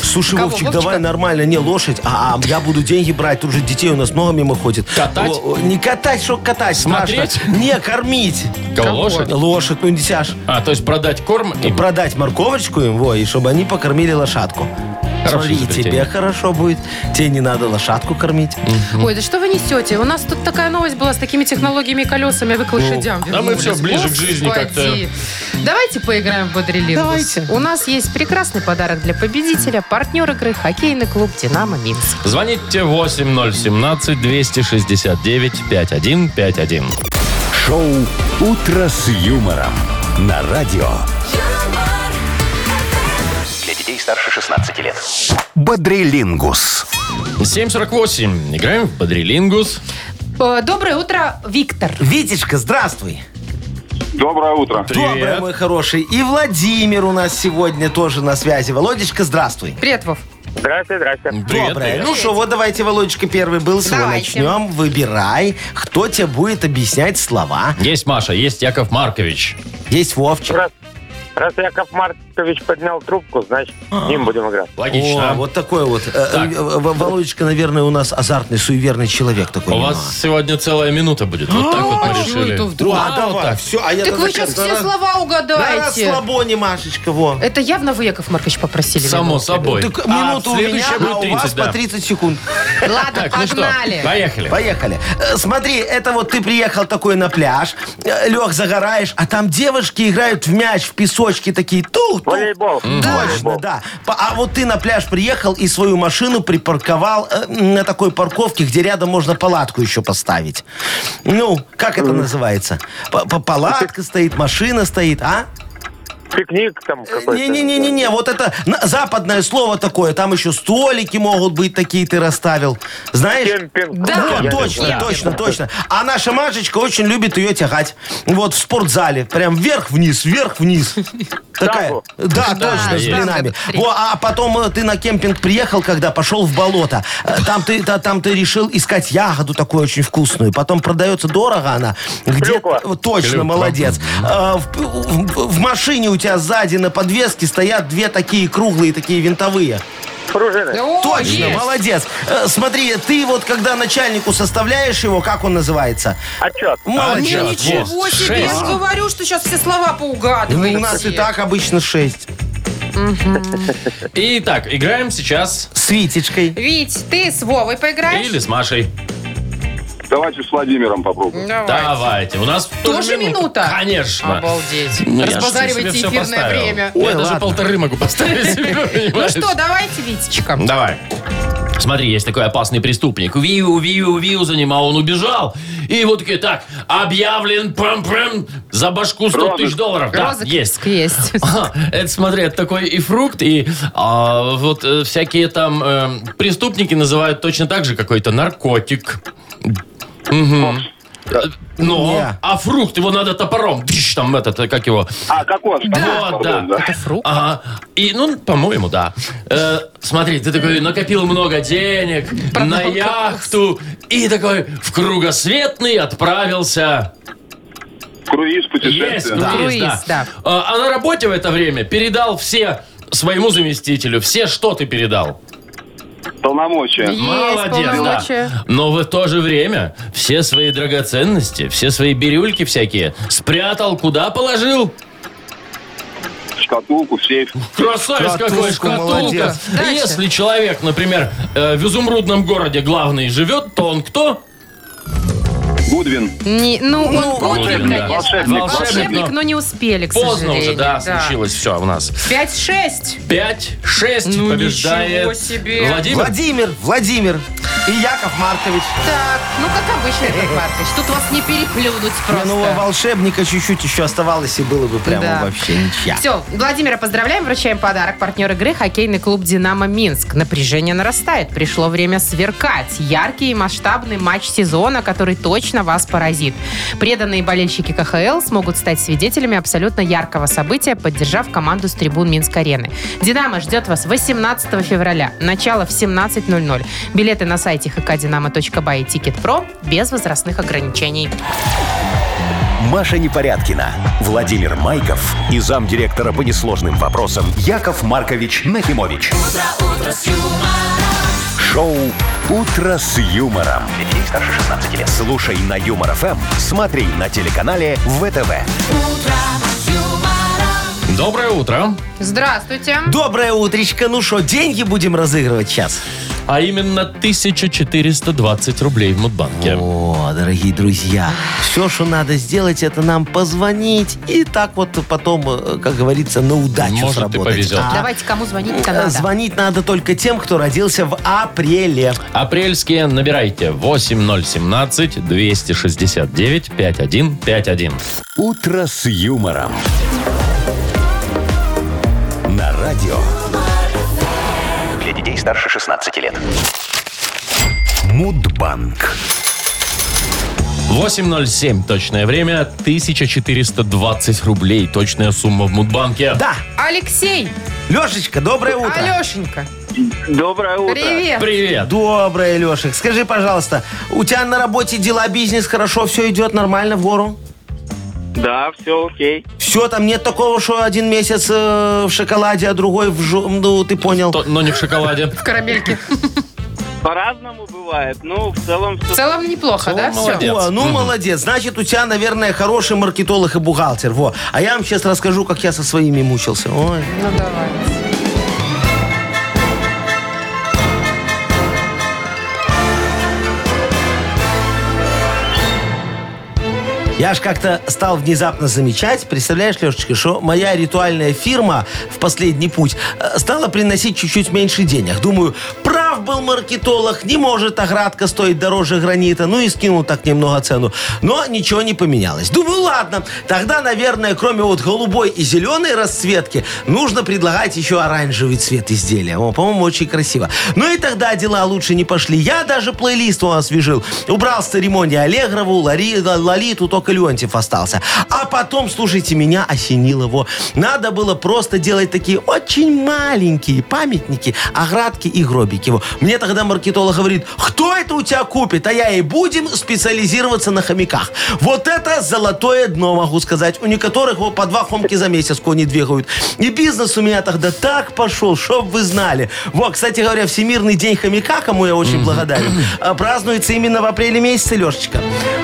Speaker 4: Слушай,
Speaker 3: Кого,
Speaker 4: Вовчик,
Speaker 3: Вовчика?
Speaker 4: давай нормально, не лошадь, а, а я буду деньги брать. Тут же детей у нас много мимо ходит.
Speaker 2: Катать?
Speaker 4: О, о, не катать, что катать? страшно.
Speaker 2: Смотреть?
Speaker 4: Не, кормить.
Speaker 2: Кого, лошадь?
Speaker 4: Лошадь, ну дитя ж.
Speaker 2: А, то есть продать корм и
Speaker 4: Продать морковочку им, во, и чтобы они покормили лошадку.
Speaker 2: Хорошее
Speaker 4: Смотри, и
Speaker 2: изобретение.
Speaker 4: тебе хорошо будет. Тебе не надо лошадку кормить.
Speaker 3: Ой, да что вы несете? У нас тут такая новость была с такими технологиями и колесами, а вы к лошадям
Speaker 2: да мы
Speaker 3: вернулись.
Speaker 2: всё ближе к жизни
Speaker 3: Господи. Давайте поиграем в Бодрилингус.
Speaker 4: Давайте.
Speaker 3: У нас есть прекрасный подарок для победителя. Партнер игры хоккейный клуб «Динамо Минск».
Speaker 2: Звоните 8017-269-5151.
Speaker 1: Шоу «Утро с юмором». На радио.
Speaker 8: юмор,
Speaker 5: Для детей старше 16 лет.
Speaker 1: Бодрилингус.
Speaker 2: 748. Играем в Бодрилингус.
Speaker 3: Э, Доброе утро, Виктор.
Speaker 4: Витечка, здравствуй.
Speaker 6: Доброе утро.
Speaker 4: Доброе, мой хороший. И Владимир у нас сегодня тоже на связи. Володечка, здравствуй.
Speaker 3: Привет, Вов.
Speaker 6: Здрасте, здрасте.
Speaker 2: Привет,
Speaker 4: Доброе.
Speaker 2: привет.
Speaker 4: Ну что, вот давайте, Володечка, первый был. С его
Speaker 3: Давайте.
Speaker 4: начнем. Выбирай, кто тебе будет объяснять слова.
Speaker 2: Ну, Есть Маша, есть Яков Маркович.
Speaker 4: Есть Вовчик.
Speaker 9: Раз, раз Яков Маркович поднял трубку, значит,
Speaker 3: А.
Speaker 9: с ним будем играть.
Speaker 2: Логично.
Speaker 4: О, вот такой вот. Э, э,
Speaker 2: Так.
Speaker 4: э, В- Володечка, наверное, у нас азартный, суеверный человек такой.
Speaker 2: У
Speaker 4: немного.
Speaker 2: вас сегодня целая минута будет. Вот так вот мы
Speaker 3: чего
Speaker 2: решили.
Speaker 3: это
Speaker 4: О,
Speaker 3: вдруг?
Speaker 4: а,
Speaker 2: вот
Speaker 4: давай,
Speaker 2: так.
Speaker 4: все. А я
Speaker 3: Так
Speaker 4: тогда
Speaker 3: вы сейчас
Speaker 4: сейчас
Speaker 3: все
Speaker 4: на-
Speaker 3: слова
Speaker 4: На
Speaker 3: угадаете.
Speaker 4: расслабоне, Машечка, во.
Speaker 3: Это явно вы, Яков Маркович, попросили.
Speaker 2: Само
Speaker 3: минуту.
Speaker 2: собой.
Speaker 4: Так
Speaker 2: А
Speaker 4: минуту у меня,
Speaker 2: следующая будет
Speaker 4: а у
Speaker 2: 30,
Speaker 4: вас
Speaker 2: да.
Speaker 4: по 30 секунд.
Speaker 3: Ладно,
Speaker 2: Так, ну что,
Speaker 3: погнали.
Speaker 2: поехали.
Speaker 4: Поехали. Э, Смотри, это вот ты приехал такой на пляж, лег, загораешь, а там девушки играют в мяч, в песочке такие тух тух
Speaker 9: Волейбол.
Speaker 4: Точно, да. По- А вот ты на пляж приехал и свою машину припарковал э, на такой парковке, где рядом можно палатку еще поставить. Ну, как это называется? П- п- Палатка стоит, машина стоит, а?
Speaker 9: пикник
Speaker 3: Э,
Speaker 9: там какой-то.
Speaker 4: Не-не-не-не, вот это на- западное слово такое, там еще столики могут быть такие, ты расставил. Знаешь?
Speaker 9: Кемпинг.
Speaker 3: Да.
Speaker 9: Я не
Speaker 4: Вот, точно,
Speaker 9: знаю.
Speaker 4: точно, точно. А наша Машечка очень любит ее тягать. Вот в спортзале. Прям вверх-вниз, вверх-вниз. Такая.
Speaker 9: Штангу.
Speaker 4: Да, точно, с
Speaker 2: есть.
Speaker 4: блинами.
Speaker 3: Штангу.
Speaker 4: Во, а потом э, ты на кемпинг приехал, когда пошел в болото. Э, Там ты, та- там ты решил искать ягоду такую очень вкусную. Потом продается дорого она. Где Э,
Speaker 9: Клюква.
Speaker 4: Вот точно,
Speaker 2: Клюква.
Speaker 4: молодец. А, В, в- в машине у тебя сзади на подвеске стоят две такие круглые, такие винтовые.
Speaker 9: Пружины.
Speaker 7: О,
Speaker 4: Точно,
Speaker 7: есть.
Speaker 4: молодец. Э, Смотри, ты вот когда начальнику составляешь его, как он называется?
Speaker 9: Отчет.
Speaker 2: Молодец.
Speaker 7: Ну,
Speaker 2: Сейчас,
Speaker 7: ничего
Speaker 2: вот,
Speaker 7: себе, я
Speaker 2: шесть. а?
Speaker 7: же говорю, что сейчас все слова
Speaker 4: Ну,
Speaker 7: поугадываете.
Speaker 4: у нас и так обычно шесть.
Speaker 2: Итак, играем сейчас
Speaker 4: С Витечкой.
Speaker 3: Вить, ты с Вовой поиграешь?
Speaker 2: или с Машей.
Speaker 8: Давайте с Владимиром попробуем.
Speaker 7: Давай.
Speaker 2: Давайте. У нас
Speaker 3: Тоже минута?
Speaker 2: Конечно.
Speaker 7: Обалдеть.
Speaker 2: Ну, я ж себе
Speaker 3: Разбазаривайте
Speaker 2: всё
Speaker 3: эфирное
Speaker 2: поставил.
Speaker 3: время.
Speaker 4: Ой,
Speaker 2: я даже
Speaker 4: ладно.
Speaker 2: полторы могу поставить себе,
Speaker 3: Ну
Speaker 2: понимаешь?
Speaker 3: что, давайте, Витечка.
Speaker 2: Давай. Смотри, есть такой опасный преступник. Виу, виу, виу за ним, а он убежал. И его такие, так, объявлен пам пам за башку 100 тысяч долларов. Да,
Speaker 3: Розыск
Speaker 2: есть.
Speaker 3: Есть.
Speaker 2: Ага, Это, смотри, это такой и фрукт, и а, вот э, всякие там э, преступники называют точно так же какой-то наркотик. Мгм. Э, Но,
Speaker 4: Не.
Speaker 2: а фрукт, его надо топором, дыщ, там этот, э, как его,
Speaker 8: А, как он?
Speaker 2: Да. Вот, да.
Speaker 8: да.
Speaker 3: Фрукт.
Speaker 2: Ага. И, ну, по-моему, да. Э, смотри, ты такой накопил много денег на
Speaker 3: Продал
Speaker 2: яхту и такой в кругосветный отправился.
Speaker 8: Круиз,
Speaker 2: Есть,
Speaker 8: путешествие.
Speaker 2: круиз,
Speaker 3: Круиз,
Speaker 2: да.
Speaker 3: да.
Speaker 2: А, а на работе в это время передал все своему заместителю. Все, что ты передал.
Speaker 8: Полномочия.
Speaker 3: Есть
Speaker 2: Молодец,
Speaker 3: полномочия.
Speaker 2: да. Но в то же время все свои драгоценности, все свои бирюльки всякие спрятал, куда положил?
Speaker 8: Шкатулку, в сейф.
Speaker 2: Красавец
Speaker 4: Шкатулку,
Speaker 2: какой, шкатулка.
Speaker 4: молодец.
Speaker 3: Дальше.
Speaker 2: Если человек, например, э, в изумрудном городе главный живет, то он кто?
Speaker 8: Гудвин.
Speaker 3: Не- ну, он Гудвин,
Speaker 2: Гудвин,
Speaker 3: конечно.
Speaker 2: да.
Speaker 8: Волшебник.
Speaker 3: Волшебник, но не успели, к
Speaker 2: Поздно
Speaker 3: сожалению.
Speaker 2: уже, да, случилось все у нас.
Speaker 3: 5-6.
Speaker 2: 5-6
Speaker 7: Ну, ничего
Speaker 2: побеждает
Speaker 7: себе.
Speaker 2: Владимир.
Speaker 4: Владимир, Владимир и Яков Маркович.
Speaker 3: Так, ну как обычно, Яков Маркович. Тут вас не переплюнуть
Speaker 4: Не, Ну, у
Speaker 3: просто.
Speaker 4: волшебника чуть-чуть еще оставалось, и было бы прямо
Speaker 3: Да.
Speaker 4: вообще ничья.
Speaker 3: Все, Владимира поздравляем, вручаем подарок. Партнер игры – хоккейный клуб «Динамо Минск». Напряжение нарастает, пришло время сверкать. Яркий и масштабный матч сезона, который точно вас поразит. Преданные болельщики КХЛ смогут стать свидетелями абсолютно яркого события, поддержав команду с трибун Минск-арены. «Динамо» ждет вас 18 февраля. Начало в 17.00. Билеты на сайте hkdinamo.by и «Тикет.Про» без возрастных ограничений.
Speaker 1: Маша Непорядкина, Владимир Майков и замдиректора по несложным вопросам Яков Маркович Нахимович. Шоу Утро с юмором. Для детей старше 16 лет. Слушай на юмор ФМ, смотри на телеканале ВТВ.
Speaker 2: Доброе утро.
Speaker 3: Здравствуйте.
Speaker 4: Доброе утречко. Ну что, деньги будем разыгрывать сейчас?
Speaker 2: А именно 1420 рублей в Мудбанке.
Speaker 4: О, дорогие друзья, все, что надо сделать, это нам позвонить. И так вот потом, э, как говорится, на удачу
Speaker 2: Может, и
Speaker 4: сработать.
Speaker 2: повезет.
Speaker 4: А,
Speaker 3: Давайте, кому звонить-то
Speaker 4: э,
Speaker 3: надо?
Speaker 4: Звонить надо только тем, кто родился в апреле.
Speaker 2: Апрельские набирайте 8017-269-5151.
Speaker 1: Утро с юмором. На радио
Speaker 5: Для детей старше 16 лет.
Speaker 1: Мудбанк.
Speaker 2: 8.07 точное время, 1420 рублей точная сумма в Мудбанке.
Speaker 4: Да,
Speaker 3: Алексей,
Speaker 4: Лешечка, доброе утро.
Speaker 3: Алешенька,
Speaker 6: Доброе утро.
Speaker 3: привет.
Speaker 2: Привет.
Speaker 4: Доброе, Лешек. Скажи, пожалуйста, у тебя на работе дела, бизнес хорошо, все идет нормально в гору?
Speaker 6: Да, все окей.
Speaker 4: Все, там нет такого, что один месяц э, в шоколаде, а другой в жо... Ну, ты понял.
Speaker 2: То- но не в шоколаде.
Speaker 3: В карамельке.
Speaker 6: По-разному бывает, но в целом
Speaker 3: В
Speaker 6: все...
Speaker 3: целом неплохо, да? Все.
Speaker 2: молодец.
Speaker 4: О, ну молодец. Значит, у тебя, наверное, хороший маркетолог и бухгалтер. Во. А я вам сейчас расскажу, как я со своими мучился. Ой.
Speaker 3: Ну давай.
Speaker 4: Я ж как-то стал внезапно замечать, представляешь, Лешечка, что моя ритуальная фирма в последний путь э, стала приносить чуть-чуть меньше денег. Думаю, прав был маркетолог, не может оградка стоить дороже гранита, ну и скинул так немного цену. Но ничего не поменялось. Думаю, ладно, тогда, наверное, кроме вот голубой и зеленой расцветки, нужно предлагать еще оранжевый цвет изделия. О, по-моему, очень красиво. Ну и тогда дела лучше не пошли. Я даже плейлист вам освежил. Убрал с церемонии Аллегрову, Лари- Лолиту, только Леонтьев остался. А потом, слушайте, меня осенило во. Надо было просто делать такие очень маленькие памятники, оградки и гробики. Во. Мне тогда маркетолог говорит, кто это у тебя купит? А я и будем специализироваться на хомяках. Вот это золотое дно, могу сказать. У некоторых во, по два хомки за месяц кони двигают. И бизнес у меня тогда так пошел, чтоб вы знали. Во, кстати говоря, Всемирный день хомяка, кому я очень благодарен, а, празднуется именно в апреле месяце, Лешечка.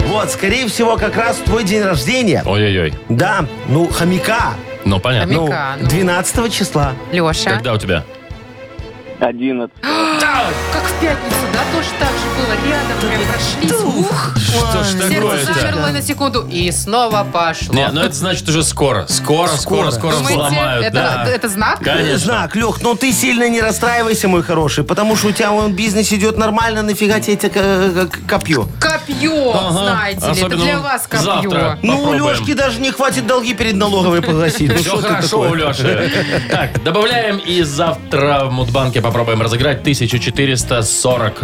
Speaker 4: Вот, скорее всего, как раз твой день рождения.
Speaker 2: Ой-ой-ой.
Speaker 4: Да, ну, хомяка.
Speaker 2: Ну, понятно. Ну,
Speaker 4: Ну,
Speaker 3: Хомяка, ну.
Speaker 4: 12 числа.
Speaker 3: Леша.
Speaker 2: Когда у тебя?
Speaker 6: 11.
Speaker 3: Как в пятницу, да, тоже так же было. Рядом прям прошлись. Ух,
Speaker 2: Что ж
Speaker 3: сердце замерло на секунду. И снова пошло.
Speaker 2: Не, ну это значит уже скоро. Скоро,
Speaker 4: Скоро.
Speaker 2: скоро, скоро
Speaker 3: Думаете,
Speaker 2: взломают.
Speaker 3: это,
Speaker 2: да.
Speaker 3: это знак?
Speaker 2: Конечно.
Speaker 4: Знак, Лех, ну ты сильно не расстраивайся, мой хороший, потому что у тебя вон бизнес идет нормально, нафига тебе это э, к- копье?
Speaker 3: Копье,
Speaker 2: Ага.
Speaker 3: знаете ли. Это
Speaker 2: Особенно
Speaker 3: для вас копье.
Speaker 2: завтра.
Speaker 4: Ну, у
Speaker 2: Попробуем.
Speaker 4: Лешки даже не хватит долги перед налоговой погасить. Ну,
Speaker 2: Все
Speaker 4: что ты
Speaker 2: хорошо у
Speaker 4: такое?
Speaker 2: Леши. Так, добавляем и завтра в Мудбанке попробуем разыграть 1440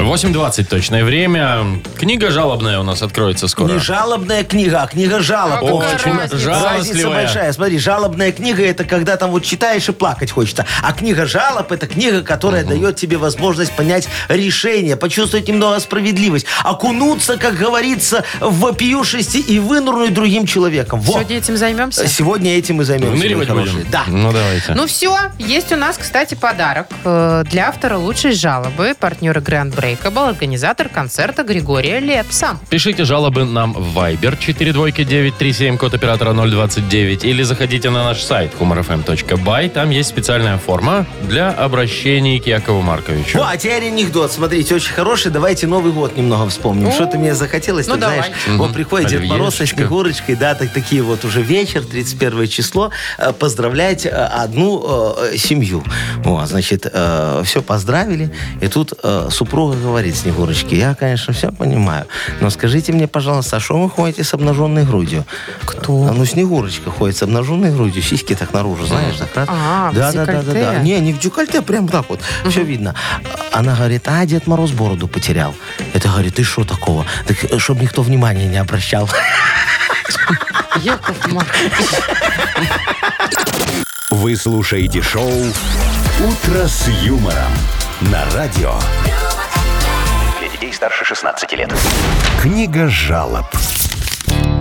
Speaker 2: 8.20 точное время. Книга жалобная у нас откроется скоро.
Speaker 4: Не жалобная книга, а книга жалоб.
Speaker 3: А какая
Speaker 4: Очень
Speaker 3: разница?
Speaker 2: Жалостливая.
Speaker 4: Разница большая. Смотри, жалобная книга это когда там вот читаешь и плакать хочется. А книга жалоб это книга, которая дает тебе возможность понять решение, почувствовать немного справедливость, окунуться, как говорится, в вопиюшести и вынурнуть другим человеком. Вот.
Speaker 3: Сегодня этим займемся?
Speaker 4: Э,
Speaker 2: Э,
Speaker 4: Сегодня этим и займемся.
Speaker 2: Выныривать
Speaker 4: мой хороший.
Speaker 2: будем?
Speaker 4: Да.
Speaker 2: Ну, давайте.
Speaker 3: Ну все, есть у нас, кстати, подарок э, для автора лучшей жалобы, партнера Grand Breakable, организатор концерта Григория Лепса.
Speaker 2: Пишите жалобы нам в Viber 42937, код оператора 029, или заходите на наш сайт humorfm.by. Там есть специальная форма для обращений к Якову Марковичу.
Speaker 4: Во, а теперь анекдот. Смотрите, очень хороший. Давайте Новый год немного вспомним. Что-то мне захотелось,
Speaker 3: ну
Speaker 4: ты
Speaker 3: давай.
Speaker 4: знаешь. Вот приходит Дед Мороз со
Speaker 2: Оливьешечка.
Speaker 4: Снегурочкой, да, так, такие вот уже вечер, 31 число, э, поздравлять э, одну э, семью. О, значит, все поздравили, и тут э, супруга говорит Снегурочке, я, конечно, все понимаю, но скажите мне, пожалуйста, а что вы ходите с обнаженной грудью? Кто? Ну, Снегурочка ходит с обнаженной грудью, сиськи так наружу, знаешь, так раз.
Speaker 3: А, в
Speaker 4: да, да, да, да,
Speaker 3: декольте.
Speaker 4: да. Не, не в декольте, прям так вот. Все видно. Она говорит, а Дед Мороз бороду потерял. Это говорит, ты что такого? Так, чтобы никто внимания не обращал.
Speaker 3: Яков Маркович.
Speaker 1: Вы слушаете шоу «Утро с юмором» на радио.
Speaker 5: Для детей старше 16 лет.
Speaker 1: Книга жалоб.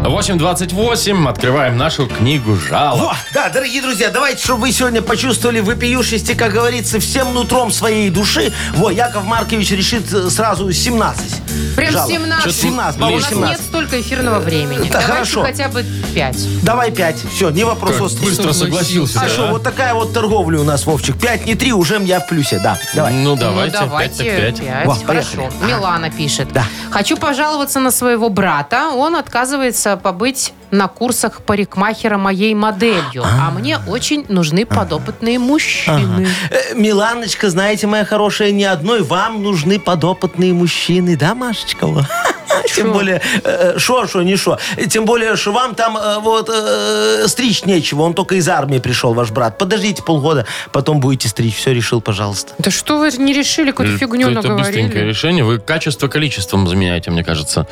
Speaker 2: 8.28, открываем нашу книгу жалоб.
Speaker 4: Во, да, дорогие друзья, давайте, чтобы вы сегодня почувствовали вопиюшести, как говорится, всем нутром своей души. Во, Яков Маркович решит э, сразу 17.
Speaker 3: Прям
Speaker 4: Жалоб.
Speaker 3: 17.
Speaker 4: Чё-то 17,
Speaker 3: У
Speaker 4: по-моему,
Speaker 3: нас
Speaker 4: 17.
Speaker 3: нет столько эфирного времени.
Speaker 4: Да
Speaker 3: Давайте
Speaker 4: хорошо.
Speaker 3: хотя бы 5.
Speaker 2: Ну,
Speaker 4: Давай 5. Все, не вопрос.
Speaker 2: Как
Speaker 4: острый.
Speaker 2: быстро согласился.
Speaker 4: А что,
Speaker 2: да?
Speaker 4: вот такая вот торговля у нас, Вовчик. 5, не 3, уже я в плюсе, да. Давай.
Speaker 2: Ну, давайте,
Speaker 3: ну, давайте
Speaker 2: пять так пять.
Speaker 3: пять.
Speaker 4: Во,
Speaker 3: Хорошо.
Speaker 4: поехали.
Speaker 3: Милана пишет.
Speaker 4: Да.
Speaker 3: Хочу пожаловаться на своего брата. Он отказывается побыть на курсах парикмахера моей моделью. А мне очень нужны подопытные мужчины.
Speaker 4: Э, Миланочка, знаете, моя хорошая, ни одной вам нужны подопытные мужчины, да, Машечка? Во.
Speaker 2: А
Speaker 4: Тем более, э, шо, шо, не шо. Тем более, что вам там э, вот э, стричь нечего. Он только из армии пришел, ваш брат. Подождите полгода, потом будете стричь. Все решил, пожалуйста.
Speaker 3: Да что вы не решили, какую-то фигню
Speaker 2: Это быстренькое
Speaker 3: наговорили?
Speaker 2: решение. Вы качество количеством заменяете, мне кажется.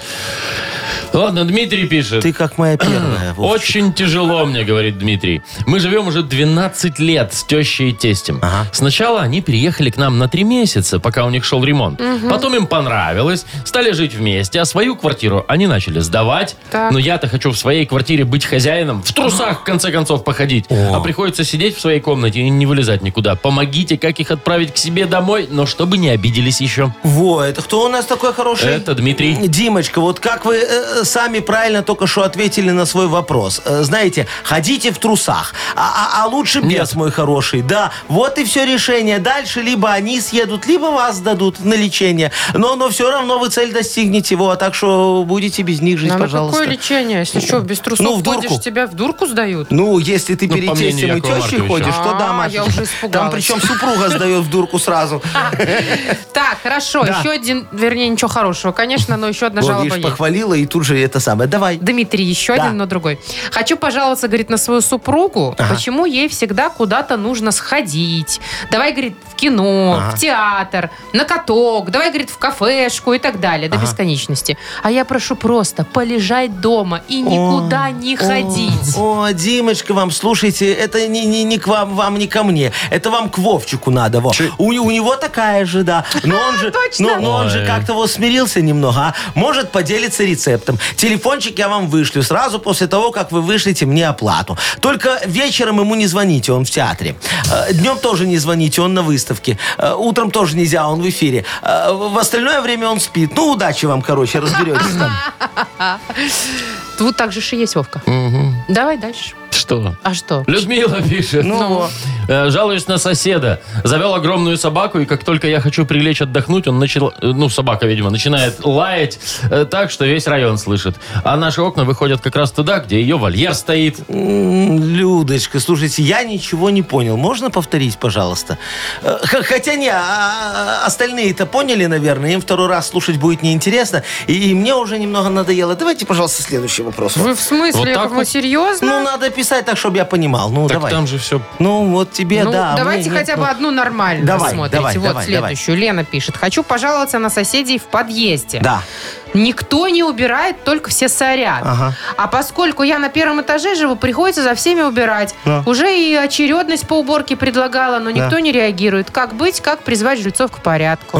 Speaker 2: Ладно, Дмитрий пишет.
Speaker 4: Ты как моя первая. Вовчик.
Speaker 2: Очень тяжело мне, говорит Дмитрий. Мы живем уже 12 лет с тещей и тестем. Сначала они переехали к нам на 3 месяца, пока у них шел ремонт. Потом им понравилось, стали жить вместе, а свою квартиру они начали сдавать.
Speaker 3: Так.
Speaker 2: Но я-то хочу в своей квартире быть хозяином, в трусах, в конце концов, походить. А приходится сидеть в своей комнате и не вылезать никуда. Помогите, как их отправить к себе домой, но чтобы не обиделись еще.
Speaker 4: Во, это кто у нас такой хороший?
Speaker 2: Это Дмитрий.
Speaker 4: Димочка, вот как вы э, сами правильно только что ответили на свой вопрос. Э, знаете, ходите в трусах, а, а- а лучше без,
Speaker 2: Нет.
Speaker 4: мой хороший. Да, вот и все решение. Дальше либо они съедут, либо вас дадут на лечение. Но, но все равно вы цель достигнете. Вот, так что будете без них жить,
Speaker 7: Ну, а на
Speaker 4: пожалуйста.
Speaker 7: какое лечение? Если что, без трусов
Speaker 4: Ну, в дурку.
Speaker 7: ходишь, тебя в дурку сдают?
Speaker 4: Ну, если ты
Speaker 2: Ну,
Speaker 4: перед
Speaker 2: по мнению
Speaker 4: тестем и
Speaker 2: Якова
Speaker 4: тещей
Speaker 2: Марковича.
Speaker 4: ходишь, то да,
Speaker 7: А,
Speaker 4: Машечка.
Speaker 7: я уже
Speaker 4: Там
Speaker 7: испугалась.
Speaker 4: причем супруга сдает в дурку сразу.
Speaker 3: Так, хорошо.
Speaker 4: Да.
Speaker 3: Еще один, вернее, ничего хорошего, конечно, но еще одна
Speaker 4: Вот,
Speaker 3: жалоба
Speaker 4: видишь,
Speaker 3: есть.
Speaker 4: похвалила и тут же это самое. Давай.
Speaker 3: Дмитрий, еще
Speaker 4: Да.
Speaker 3: один, но другой. Хочу пожаловаться, говорит, на свою супругу, почему ей всегда куда-то нужно сходить. Давай, говорит, в кино, в театр, на каток, давай, говорит, в кафешку и так далее, до бесконечности. А я прошу просто полежать дома и никуда не ходить.
Speaker 4: О, о, Димочка, вам, слушайте, это не, не, не к вам, вам не ко мне. Это вам к Вовчику надо. Во. У, не- у него такая же, да. Но он же, но, но он же
Speaker 2: Ой.
Speaker 4: как-то вот смирился немного, а может поделиться рецептом. Телефончик я вам вышлю сразу после того, как вы вышлите мне оплату. Только вечером ему не звоните, он в театре. Э, Днем тоже не звоните, он на выставке. Э, Утром тоже нельзя, он в эфире. Э, В остальное время он спит. Ну, удачи вам, короче, разберетесь там.
Speaker 3: Тут так же же есть, Вовка. Давай дальше.
Speaker 2: Что?
Speaker 3: А что?
Speaker 2: Людмила пишет.
Speaker 4: Ну,
Speaker 2: Э, Жалуюсь на соседа. Завел огромную собаку, и как только я хочу прилечь отдохнуть, он начал... э, Ну, собака, видимо, начинает лаять э, так, что весь район слышит. А наши окна выходят как раз туда, где ее вольер стоит.
Speaker 4: М, Людочка, слушайте, я ничего не понял. Можно повторить, пожалуйста? Э, х- Хотя не, а- а- остальные-то поняли, наверное. Им второй раз слушать будет неинтересно. И, и мне уже немного надоело. Давайте, пожалуйста, следующий вопрос.
Speaker 7: Вы в смысле?
Speaker 2: Вот так
Speaker 7: Яков,
Speaker 2: вот?
Speaker 7: Маркович, серьезно?
Speaker 4: Ну, надо писать так, чтобы я понимал. Ну,
Speaker 2: Так
Speaker 4: давай.
Speaker 2: там же все...
Speaker 4: Ну, вот тебе,
Speaker 3: Ну,
Speaker 4: да.
Speaker 3: давайте
Speaker 4: мне нет,
Speaker 3: хотя
Speaker 4: ну.
Speaker 3: бы одну нормально
Speaker 4: Давай,
Speaker 3: смотрите.
Speaker 4: давай,
Speaker 3: вот
Speaker 4: давай,
Speaker 3: следующую. Лена пишет. Хочу пожаловаться на соседей в подъезде.
Speaker 4: Да.
Speaker 3: Никто не убирает, только все сорят.
Speaker 4: Ага.
Speaker 3: А поскольку я на первом этаже живу, приходится за всеми убирать.
Speaker 4: Да.
Speaker 3: Уже и очередность по уборке предлагала, но никто не реагирует. Как быть, как призвать жильцов к порядку?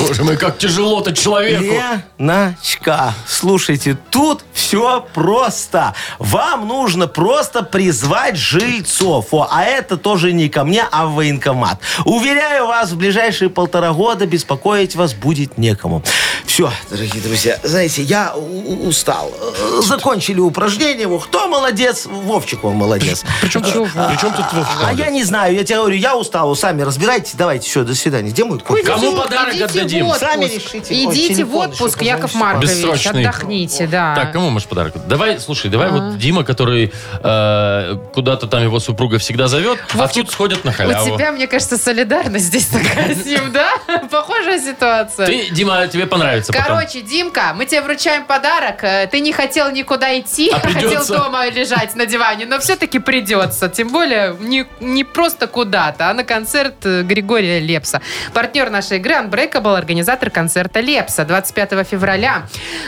Speaker 2: Боже мой, как тяжело-то человеку.
Speaker 4: Леночка, слушайте, тут все просто. Вам нужно просто призвать жильцов. О, а это тоже не ко мне, а в военкомат. Уверяю вас, в ближайшие полтора года беспокоить вас будет некому. Все, дорогие друзья, знаете, я у- у- устал. Э, Закончили упражнение. Во, Кто молодец? Вовчик он молодец.
Speaker 3: Ну,
Speaker 2: Причем, причем тут
Speaker 4: А я не знаю, я тебе говорю, я устал, сами разбирайтесь. Давайте, все, до свидания. Где мой кофе?
Speaker 2: Кому подарок
Speaker 3: Идите
Speaker 2: отдадим?
Speaker 3: в отпуск.
Speaker 4: Сами решите. Ой,
Speaker 3: Идите в
Speaker 4: телефон
Speaker 3: отпуск,
Speaker 4: еще,
Speaker 3: Яков
Speaker 4: позвони.
Speaker 3: Маркович.
Speaker 2: Бессрочный.
Speaker 3: Отдохните, да.
Speaker 2: Так, кому можешь подарок? Давай, слушай, давай вот Дима, который э, куда-то там его супруга всегда зовет, а тут сходят на
Speaker 3: У
Speaker 2: халяву.
Speaker 3: тебя, мне кажется, солидарность здесь такая с ним, да? Похожая ситуация.
Speaker 2: Ты, Дима, а тебе понравится потом.
Speaker 3: Короче, Димка, мы тебе вручаем подарок. Э, Ты не хотел никуда идти,
Speaker 2: А
Speaker 3: а хотел
Speaker 2: придется.
Speaker 3: дома лежать на диване, но все-таки придется. Тем более не, не просто куда-то, а на концерт э, Григория Лепса. Партнер нашей игры Unbreakable, организатор концерта Лепса. 25 февраля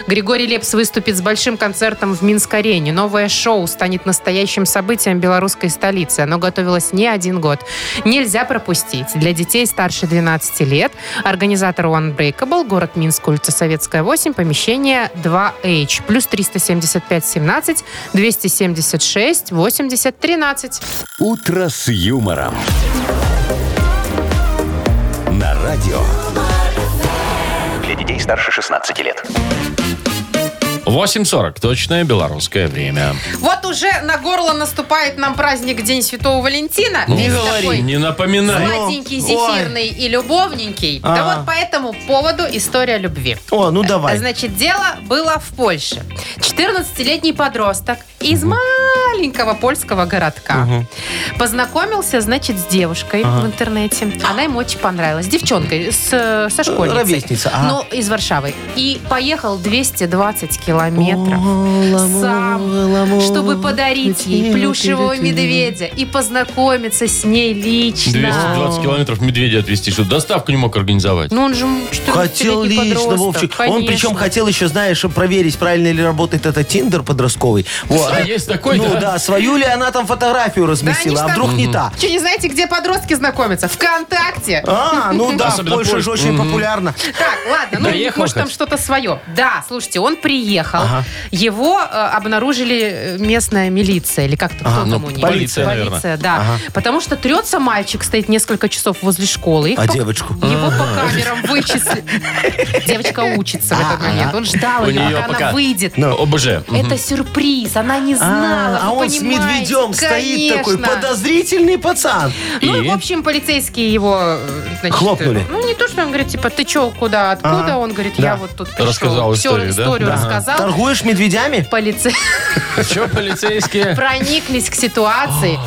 Speaker 3: Григорий Лепс выступит с большим концертом в Минск-арене. Новое шоу станет настоящим событием белорусской столицы. Оно готовилось не один год. Нельзя пропустить. Для детей старше 12 лет организатор Unbreakable, город Минск, улица Советская, 8, помещение 2H, плюс 375 17 276 80 13.
Speaker 1: «Утро с юмором». На радио.
Speaker 5: Для детей старше 16 лет.
Speaker 2: 8.40, точное белорусское время.
Speaker 3: Вот уже на горло наступает нам праздник День Святого Валентина.
Speaker 2: Ну,
Speaker 3: Весь такой
Speaker 2: Не напоминай.
Speaker 3: Сладенький, зефирный и любовненький. Да
Speaker 4: А.
Speaker 3: вот по этому поводу история любви.
Speaker 4: О, ну давай.
Speaker 3: Значит, дело было в Польше. 14-летний подросток из маленького польского городка познакомился, значит, с девушкой в интернете. Она ему очень понравилась. Девчонкой, с, э, со школьницей.
Speaker 4: Ровесница, ага.
Speaker 3: Ну, из Варшавы. И поехал 220 километров сам,
Speaker 4: Сам,
Speaker 3: чтобы подарить ей плюшевого медведя и познакомиться с ней лично.
Speaker 2: 220 километров медведя отвезти, что доставку не мог организовать.
Speaker 3: Ну, он же 14-летний
Speaker 4: Хотел лично,
Speaker 3: подросток,
Speaker 4: Вовчик. Он
Speaker 3: конечно.
Speaker 4: причем хотел еще, знаешь, проверить, правильно ли работает этот Тиндер подростковый. Вот.
Speaker 2: А есть такой,
Speaker 4: Ну
Speaker 2: да?
Speaker 4: да, свою ли она там фотографию разместила,
Speaker 3: Да,
Speaker 4: а
Speaker 3: они ж
Speaker 4: вдруг
Speaker 3: там-
Speaker 4: не та.
Speaker 3: Че, не знаете, где подростки знакомятся? Вконтакте.
Speaker 4: А, ну да, в
Speaker 2: Особенно
Speaker 4: Польше
Speaker 2: Польша.
Speaker 4: же очень
Speaker 2: Мгм.
Speaker 4: популярно.
Speaker 3: Так, ладно, ну,
Speaker 2: Доехал
Speaker 3: может, там
Speaker 2: хоть?
Speaker 3: что-то свое. Да, слушайте, он приехал. уехал. Его э, обнаружили э, местная милиция, или как-то кто
Speaker 2: ну,
Speaker 3: там у них.
Speaker 2: полиция,
Speaker 3: Полиция, да. Потому что трется мальчик, стоит несколько часов возле школы. Их
Speaker 4: А
Speaker 3: по-
Speaker 4: девочку?
Speaker 3: Его по камерам вычислили. Девочка учится в этот момент. Он ждал
Speaker 2: У
Speaker 3: ее,
Speaker 2: нее
Speaker 3: пока
Speaker 2: пока-
Speaker 3: она выйдет.
Speaker 2: ОБЖ.
Speaker 3: Это сюрприз, она не знала.
Speaker 4: А, а
Speaker 3: вы
Speaker 4: он с
Speaker 3: понимаете,
Speaker 4: медведем стоит такой
Speaker 3: конечно.
Speaker 4: подозрительный пацан.
Speaker 3: Ну,
Speaker 2: И?
Speaker 3: и, в общем, полицейские его... э, значит,
Speaker 4: Хлопнули.
Speaker 3: э, Ну, не то, что он говорит, типа, ты чё, куда, откуда? Он говорит, я
Speaker 4: Да.
Speaker 3: вот тут пришел.
Speaker 2: Рассказал
Speaker 3: Всё,
Speaker 2: историю, да?
Speaker 3: историю рассказал.
Speaker 4: Торгуешь медведями?
Speaker 3: Полицей
Speaker 2: Че полицейские?
Speaker 3: прониклись к ситуации.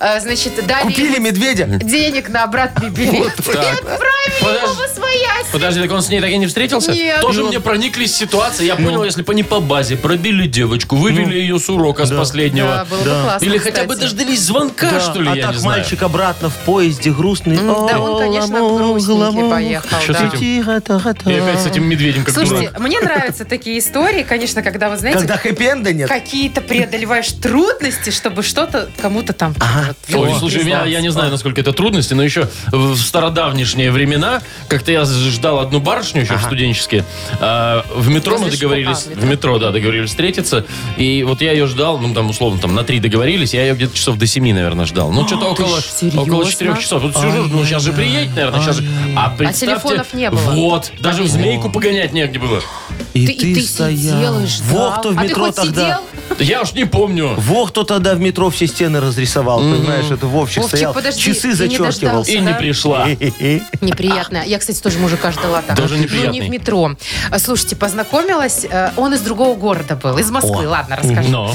Speaker 2: А.
Speaker 3: Э, Значит, дали
Speaker 4: Купили
Speaker 3: ему
Speaker 4: медведя?
Speaker 3: денег на обратный билет. И
Speaker 2: так.
Speaker 3: отправили его
Speaker 2: Подожди.
Speaker 3: во своясь.
Speaker 2: Подожди, так он с ней так и не встретился?
Speaker 3: Нет.
Speaker 2: Тоже
Speaker 3: Ну.
Speaker 2: мне прониклись ситуация. Я понял, если бы они по базе пробили девочку, вывели ее с урока с
Speaker 3: Ну. Да,
Speaker 2: последнего.
Speaker 3: было бы классно,
Speaker 2: Или хотя бы
Speaker 3: кстати.
Speaker 2: дождались звонка,
Speaker 4: Да,
Speaker 2: что ли,
Speaker 4: а
Speaker 2: я
Speaker 4: так
Speaker 2: не знаю.
Speaker 4: мальчик обратно в поезде грустный.
Speaker 3: Да, он, конечно, грустненький поехал.
Speaker 2: Чё-то
Speaker 3: да.
Speaker 2: эти И опять с этим медведем как
Speaker 3: Слушайте,
Speaker 2: дурак.
Speaker 3: мне нравятся такие истории, конечно, когда, вы знаете,
Speaker 4: Когда хэппи-энда нет?
Speaker 3: какие-то преодолеваешь трудности, чтобы что-то кому-то там... вот,
Speaker 2: Ой,
Speaker 3: вот,
Speaker 2: слушай, я,
Speaker 3: признаться.
Speaker 2: я не знаю, насколько это трудности, но еще в стародавнешние времена, как-то я ждал одну барышню еще в студенческие, а, в метро мы
Speaker 3: Возле школы.
Speaker 2: договорились,
Speaker 3: А, в
Speaker 2: в метро, да, договорились встретиться, и вот я ее ждал, ну, там, условно, там, на три договорились, я ее где-то часов до семи, наверное, ждал.
Speaker 3: А,
Speaker 2: Ну, что-то около,
Speaker 3: серьезно?
Speaker 2: около четырех часов. Тут сижу, ну, сейчас же приедет, наверное, сейчас же. А представьте...
Speaker 3: телефонов не было.
Speaker 2: Вот, даже в змейку погонять негде было.
Speaker 4: И
Speaker 3: Ты, и ты сиделаешь,
Speaker 4: Во
Speaker 3: да.
Speaker 4: кто в
Speaker 3: а ты
Speaker 4: метро
Speaker 3: хоть
Speaker 4: тогда...
Speaker 3: сидел?
Speaker 2: Я уж не помню.
Speaker 4: Во кто тогда в метро все стены разрисовал, понимаешь? Это Вовчик
Speaker 3: Вовчик,
Speaker 4: стоял,
Speaker 3: подожди, ты
Speaker 4: часы
Speaker 3: не
Speaker 4: зачеркивал.
Speaker 3: дождался.
Speaker 2: И не пришла.
Speaker 3: Неприятно. Я, кстати, тоже мужика ждала так.
Speaker 2: Тоже
Speaker 3: Ну, не
Speaker 2: неприятный.
Speaker 3: в метро. А, Слушайте, познакомилась. э, Он из другого города был, из Москвы. Ладно, расскажу.
Speaker 2: Но.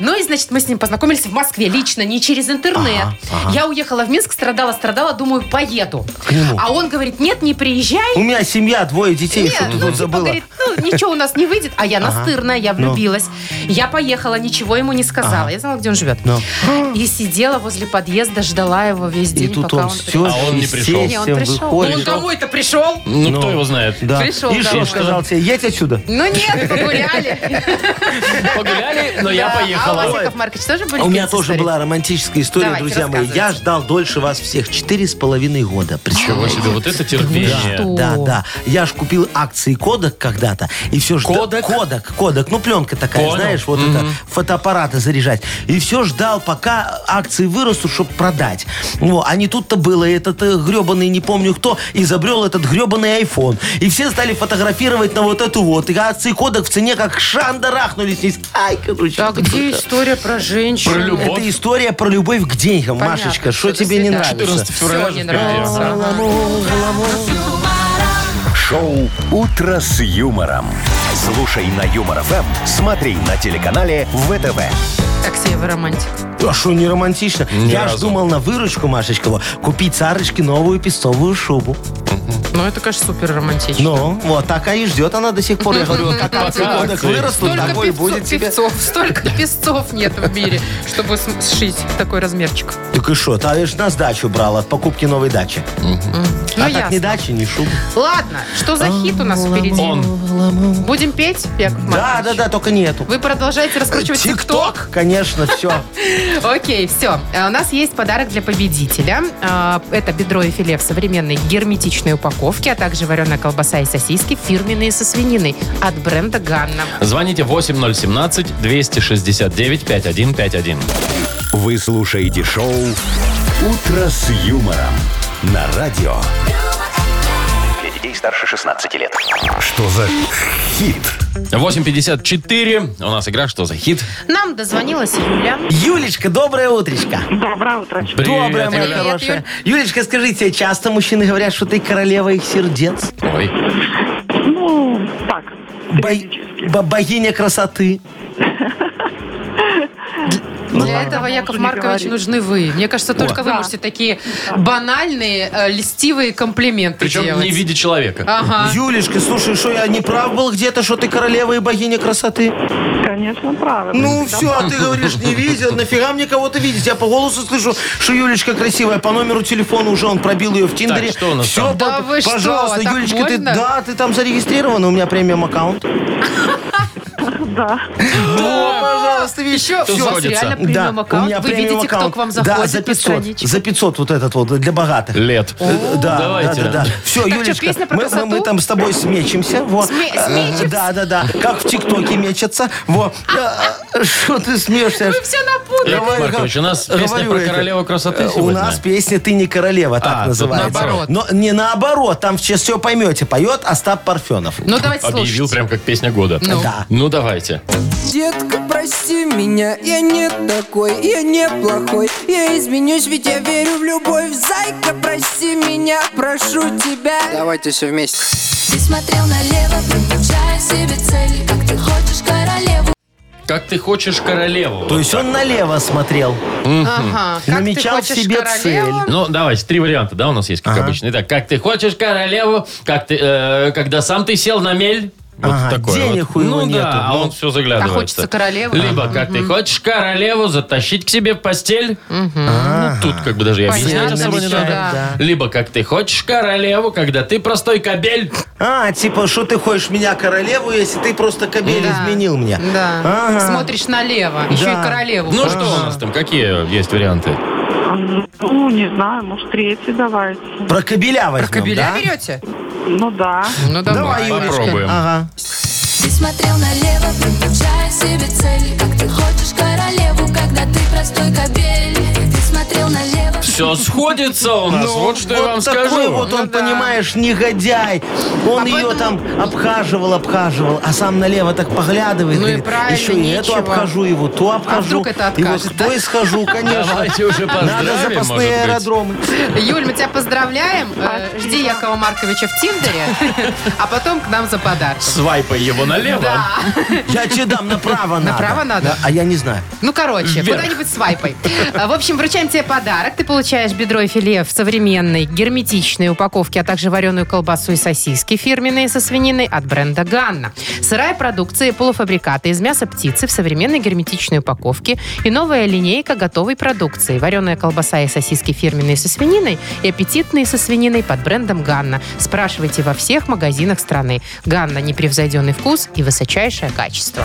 Speaker 3: Ну и, значит, мы с ним познакомились в Москве лично, не через интернет. Я уехала в Минск, страдала-страдала, думаю, поеду.
Speaker 4: нему.
Speaker 3: А он говорит, нет, не приезжай.
Speaker 4: У меня семья, двое детей,
Speaker 3: Нет,
Speaker 4: что ты
Speaker 3: ну,
Speaker 4: тут
Speaker 3: типа,
Speaker 4: забыла? Ну.
Speaker 3: говорит, ну, ничего у нас не выйдет. А я настырная, я влюбилась. Я поехала, ничего ему не сказала. Я знала, где он живет.
Speaker 4: Ну.
Speaker 3: И сидела возле подъезда, ждала его весь
Speaker 4: И
Speaker 3: день,
Speaker 4: тут
Speaker 3: пока
Speaker 4: он
Speaker 3: он
Speaker 4: все,
Speaker 3: пришел.
Speaker 2: А он не пришел.
Speaker 3: Не, он пришел. Ну, он кого-то пришел?
Speaker 2: Ну, кто его знает?
Speaker 4: Да.
Speaker 3: пришел
Speaker 4: и что
Speaker 3: домой.
Speaker 4: он сказал тебе? Едь отсюда.
Speaker 3: Ну нет, погуляли.
Speaker 2: Погуляли, но я
Speaker 3: Да. А у вас,
Speaker 2: поехала.
Speaker 3: Яков Маркович, тоже были
Speaker 4: У меня
Speaker 3: какие-то
Speaker 4: тоже
Speaker 3: истории?
Speaker 4: была романтическая история,
Speaker 3: Давайте,
Speaker 4: друзья мои. Я
Speaker 3: рассказывайте.
Speaker 4: ждал дольше вас всех. Четыре с половиной года.
Speaker 2: Чего
Speaker 4: Представляете?
Speaker 2: себе, вот это терпение.
Speaker 3: Что?
Speaker 4: Да, да. Я ж купил акции Кодок когда-то. И все ждал.
Speaker 2: Кодак?
Speaker 4: Кодок, Кодок. Ну, пленка такая,
Speaker 2: Понял.
Speaker 4: знаешь, вот это фотоаппараты заряжать. И все ждал, пока акции вырастут, чтобы продать. Ну, а не тут-то было. И Этот э, гребаный, не помню кто, изобрел этот гребаный iPhone. И все стали фотографировать на вот эту вот. И акции Кодок в цене как шанда рахнулись. вниз. Ай, короче.
Speaker 7: А
Speaker 4: это
Speaker 7: где
Speaker 4: было.
Speaker 7: история про женщину?
Speaker 2: Про любовь.
Speaker 4: Это история про любовь к деньгам,
Speaker 3: Понятно,
Speaker 4: Машечка. Что
Speaker 3: что-то
Speaker 4: тебе не
Speaker 3: свидание.
Speaker 4: нравится?
Speaker 2: 14 февраля
Speaker 3: Всё,
Speaker 2: же
Speaker 3: не
Speaker 2: впереди.
Speaker 3: нравится. Ну,
Speaker 1: Шоу «Утро с юмором». Слушай на Юмор ФМ, смотри на телеканале ВТВ.
Speaker 3: Такси вы романтик.
Speaker 4: А что, не романтично?
Speaker 2: Ни
Speaker 4: Я ж
Speaker 2: разу.
Speaker 4: думал на выручку, Машечка, во, купить Сарочке новую песцовую шубу.
Speaker 7: Ну, это, конечно, супер романтично.
Speaker 4: Ну, вот такая и ждет она до сих пор. Я говорю, как
Speaker 2: Пока
Speaker 4: акции Кодак
Speaker 2: акции.
Speaker 4: вырастут,
Speaker 3: Столько
Speaker 4: такой
Speaker 3: певцов,
Speaker 4: Ну, будет тебе.
Speaker 3: певцов, столько певцов нет в мире, чтобы см- сшить такой размерчик.
Speaker 4: Так и что, ты ж на сдачу брал от покупки новой дачи.
Speaker 3: Ну,
Speaker 4: А так ни
Speaker 3: ясно.
Speaker 4: дачи, ни шубы.
Speaker 3: Ладно, что за хит у нас впереди?
Speaker 2: Он.
Speaker 3: Будем петь, Яков
Speaker 4: Да,
Speaker 3: Маркович?
Speaker 4: да, да, только нету.
Speaker 3: Вы продолжаете раскручивать ТикТок?
Speaker 4: Конечно, все.
Speaker 3: Окей, все. У нас есть подарок для победителя. А, Это бедро и филе в современной герметичной упаковке, а также вареная колбаса и сосиски, фирменные со свининой от бренда «Ганна».
Speaker 2: Звоните 8017-269-5151.
Speaker 1: Вы слушаете шоу «Утро с юмором» на радио.
Speaker 5: Для детей старше 16 лет.
Speaker 1: Что за хит?
Speaker 2: 8.54. У нас игра «Что за хит?»
Speaker 3: Нам дозвонилась Юля.
Speaker 4: Юлечка, доброе утречко.
Speaker 10: Доброе утро.
Speaker 2: Привет,
Speaker 4: Доброе, моя
Speaker 2: Юля.
Speaker 4: хорошая. Юлечка, скажи, тебе часто мужчины говорят, что ты королева их сердец?
Speaker 2: Ой.
Speaker 10: Ну, так.
Speaker 4: Бо- бо- Богиня красоты.
Speaker 3: Для этого, Яков
Speaker 10: уже не
Speaker 3: Маркович,
Speaker 10: говорить.
Speaker 3: нужны вы. Мне кажется, только вы
Speaker 10: Да.
Speaker 3: можете такие банальные, э, льстивые комплименты
Speaker 2: Причем
Speaker 3: делать. А,
Speaker 2: не в виде человека.
Speaker 3: Ага.
Speaker 4: Юлечка, слушай, что я не прав был где-то, что ты королева и богиня красоты?
Speaker 10: Конечно, правильно.
Speaker 4: Ну все, а ты говоришь, не видел, нафига мне кого-то видеть? Я по голосу слышу, что Юлечка красивая, по номеру телефона уже он пробил ее в Тиндере.
Speaker 2: что у нас
Speaker 4: все,
Speaker 2: там?
Speaker 3: Да вы что,
Speaker 4: пожалуйста,
Speaker 3: так
Speaker 4: Юлечка, ты,
Speaker 3: больно?
Speaker 4: да, ты там зарегистрирована, у меня премиум аккаунт.
Speaker 10: Да.
Speaker 4: Да, пожалуйста, видишь.
Speaker 3: Еще у вас
Speaker 2: заходится.
Speaker 3: реально премиум
Speaker 4: у
Speaker 3: аккаунт.
Speaker 4: меня
Speaker 3: Вы
Speaker 4: премиум
Speaker 3: видите, кто
Speaker 4: аккаунт.
Speaker 3: к вам
Speaker 4: Да,
Speaker 3: заходит
Speaker 4: за
Speaker 3: по
Speaker 4: 500,
Speaker 3: страничке.
Speaker 4: за 500 вот этот вот, для богатых.
Speaker 2: Лет.
Speaker 4: Э, Да,
Speaker 2: Давайте.
Speaker 4: да, да, да. Все,
Speaker 3: Так,
Speaker 4: Юлечка,
Speaker 3: что, песня про
Speaker 4: мы, мы- мы
Speaker 3: красоту?
Speaker 4: там с тобой смечимся. Вот.
Speaker 3: Сме-
Speaker 4: Э,
Speaker 3: смечимся?
Speaker 4: Да, да, да. Как в ТикТоке мечется. Во. Э, Что ты смеешься?
Speaker 3: Вы все напутали.
Speaker 2: Яков Маркович, у нас
Speaker 4: Говорю,
Speaker 2: песня про
Speaker 4: это.
Speaker 2: королеву красоты
Speaker 4: Э, У
Speaker 2: сегодня.
Speaker 4: нас песня «Ты не королева»,
Speaker 2: А,
Speaker 4: так
Speaker 2: тут
Speaker 4: называется.
Speaker 2: наоборот.
Speaker 4: Но не наоборот, там сейчас все поймете. Поет Остап Парфенов.
Speaker 3: Ну, давайте
Speaker 2: Объявил
Speaker 3: слушать.
Speaker 2: прям как песня года.
Speaker 3: Ну.
Speaker 4: Да.
Speaker 2: Ну, давайте.
Speaker 11: Детка, прости меня, я не такой, я не плохой Я изменюсь, ведь я верю в любовь Зайка, прости меня, прошу тебя Давайте все вместе Ты смотрел налево, приключая себе цель Как ты хочешь королеву
Speaker 2: Как ты хочешь королеву.
Speaker 4: То есть он налево смотрел.
Speaker 3: Ага. Как
Speaker 4: Намечал
Speaker 3: ты хочешь
Speaker 4: себе
Speaker 3: королеву?
Speaker 2: Ну, давайте, три варианта, да, у нас есть, как обычно. Итак, как ты хочешь королеву, как ты, э, когда сам ты сел на мель. Вот
Speaker 4: Ага,
Speaker 2: такое
Speaker 4: денег
Speaker 2: вот.
Speaker 4: у него
Speaker 2: ну,
Speaker 4: нету,
Speaker 2: да, а
Speaker 4: ну.
Speaker 2: он все заглядывает.
Speaker 3: А хочется королеву?
Speaker 2: Либо как ты хочешь королеву затащить к себе в постель. Ну, тут как бы даже я объяснять
Speaker 3: Понятно,
Speaker 2: особо не
Speaker 3: всё,
Speaker 2: надо.
Speaker 3: да.
Speaker 2: Либо как ты хочешь королеву, когда ты простой кобель.
Speaker 4: А, типа, что ты хочешь меня королеву, если ты просто кобель
Speaker 3: Да.
Speaker 4: изменил мне?
Speaker 3: Да.
Speaker 4: Ага.
Speaker 3: Смотришь налево. Еще
Speaker 4: Да.
Speaker 3: и королеву.
Speaker 2: Ну что у нас там, какие есть варианты?
Speaker 10: Ну, не знаю, может, третий давайте.
Speaker 4: Про кобеля возьмем,
Speaker 3: Кабеля
Speaker 4: да?
Speaker 3: берете?
Speaker 10: Ну, да.
Speaker 3: Ну
Speaker 4: Давай,
Speaker 2: Юлечка. Попробуем.
Speaker 4: Ага.
Speaker 11: Ты смотрел налево, приключая себе цель Как ты хочешь королеву, когда ты простой кобель Ты смотрел налево
Speaker 2: Все сходится у нас,
Speaker 4: Ну,
Speaker 2: вот что я вам
Speaker 4: такой
Speaker 2: скажу.
Speaker 4: вот он,
Speaker 3: Ну да.
Speaker 4: понимаешь, негодяй. Он
Speaker 3: А
Speaker 4: ее
Speaker 3: поэтому-
Speaker 4: там обхаживал, обхаживал, а сам налево так поглядывает.
Speaker 3: Ну и
Speaker 4: говорит,
Speaker 3: правильно,
Speaker 4: Еще и эту
Speaker 3: нечего. А
Speaker 4: обхожу, его ту обхожу.
Speaker 3: вдруг это
Speaker 4: и вот
Speaker 3: откажет,
Speaker 4: с той схожу, конечно.
Speaker 2: Давайте уже
Speaker 4: Надо
Speaker 2: поздравим, может
Speaker 4: запасные
Speaker 2: быть.
Speaker 4: аэродромы.
Speaker 3: Юль, мы тебя поздравляем. Э, Жди Якова Марковича в Тиндере, а потом к нам за подарком.
Speaker 2: Свайпай его налево.
Speaker 3: Да.
Speaker 4: Я тебе дам направо надо.
Speaker 3: Направо надо?
Speaker 4: Да, А я не знаю.
Speaker 3: Ну, короче,
Speaker 2: Вверх.
Speaker 3: куда-нибудь свайпай. А, В общем, вручаем тебе подарок. Ты получаешь бедро и филе в современной герметичной упаковке, а также вареную колбасу и сосиски фирменные со свининой от бренда «Ганна». Сырая продукция и полуфабрикаты из мяса птицы в современной герметичной упаковке и новая линейка готовой продукции. Вареная колбаса и сосиски фирменные со свининой и аппетитные со свининой под брендом «Ганна». Спрашивайте во всех магазинах страны. «Ганна» – непревзойденный вкус и высочайшее качество.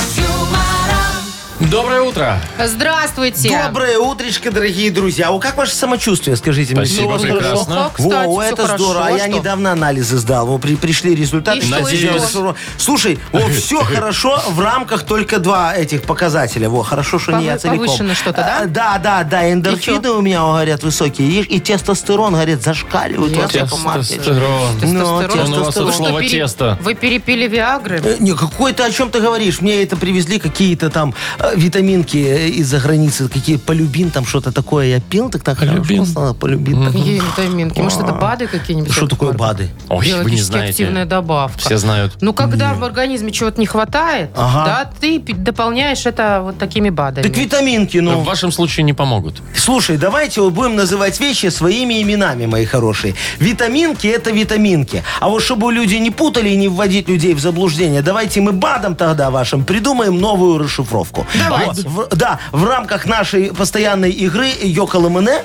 Speaker 2: Доброе утро.
Speaker 3: Здравствуйте!
Speaker 4: Доброе утречко, дорогие друзья. О, как ваше самочувствие, скажите мне?
Speaker 2: Спасибо,
Speaker 4: Ну, вот
Speaker 2: прекрасно.
Speaker 4: хорошо.
Speaker 3: Неплохо, кстати, всё
Speaker 4: Во, это
Speaker 3: хорошо.
Speaker 4: здорово.
Speaker 3: А
Speaker 4: я
Speaker 3: что?
Speaker 4: недавно анализы сдал. Во, при- пришли результаты.
Speaker 3: И что,
Speaker 4: Я
Speaker 3: и
Speaker 4: сделал
Speaker 2: что?
Speaker 4: здорово. Слушай, во, все хорошо в рамках только два этих показателя. Во, хорошо, что не я
Speaker 3: Повы-
Speaker 4: целиком.
Speaker 3: повышено что-то, да?
Speaker 4: А, Да, да, да.
Speaker 3: И
Speaker 4: Эндорфины у меня, о, говорят, высокие. И, и тестостерон, говорят, зашкаливают. во, Яков Маркович.
Speaker 2: Тестостерон.
Speaker 4: Ну,
Speaker 3: Тестостерон.
Speaker 2: Он у вас от
Speaker 4: тестостерон.
Speaker 2: слова
Speaker 3: пере-
Speaker 2: тесто.
Speaker 3: Вы перепили Виагры?
Speaker 4: Э, Не, какой ты о чем ты говоришь? Мне это привезли какие-то там э, витаминки э, из-за границы, какие полюбин, там что-то такое. Я пил, так так
Speaker 2: Полюбин.
Speaker 4: хорошо стало, полюбин. так.
Speaker 3: Ей витаминки. Может, это БАДы какие-нибудь?
Speaker 4: Что такое БАДы?
Speaker 2: Ой, вы не
Speaker 3: Биологически активная
Speaker 2: знаете.
Speaker 3: добавка.
Speaker 2: Все знают.
Speaker 3: Ну, когда в организме чего-то не хватает,
Speaker 4: Ага.
Speaker 3: да, ты пи- дополняешь это вот такими БАДами.
Speaker 4: Так витаминки,
Speaker 2: В
Speaker 4: ну.
Speaker 2: вашем случае не помогут.
Speaker 4: Слушай, давайте вот будем называть вещи своими именами, мои хорошие. Витаминки – это витаминки. А вот чтобы люди не путали и не вводить людей в заблуждение, давайте мы БАДом тогда вашим придумаем новую расшифровку.
Speaker 3: Давайте.
Speaker 4: Вот, в- да, в рамках нашей постоянной игры Йоколомене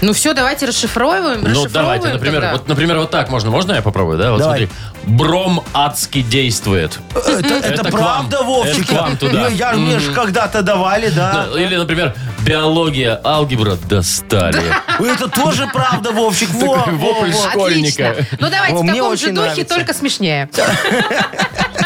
Speaker 3: Ну все, давайте расшифровываем.
Speaker 2: Ну,
Speaker 3: расшифровываем
Speaker 2: давайте, например,
Speaker 3: тогда.
Speaker 2: вот, например, вот так можно. Можно я попробую, да? Вот
Speaker 4: Давай.
Speaker 2: смотри. Бром адски действует.
Speaker 4: Это, это
Speaker 2: Это к
Speaker 4: правда,
Speaker 2: вам.
Speaker 4: Вовчик.
Speaker 2: Это к вам туда.
Speaker 4: Я- Я, мне же когда-то давали, да.
Speaker 2: Или, например, биология, алгебра достали.
Speaker 4: Это тоже правда, Вовчик. Во,
Speaker 2: Такой
Speaker 4: во,
Speaker 2: вопль
Speaker 4: во.
Speaker 2: школьника.
Speaker 3: Отлично. Ну, давайте
Speaker 4: О,
Speaker 3: в
Speaker 4: мне
Speaker 3: таком
Speaker 4: очень
Speaker 3: же духе,
Speaker 4: нравится.
Speaker 3: только смешнее.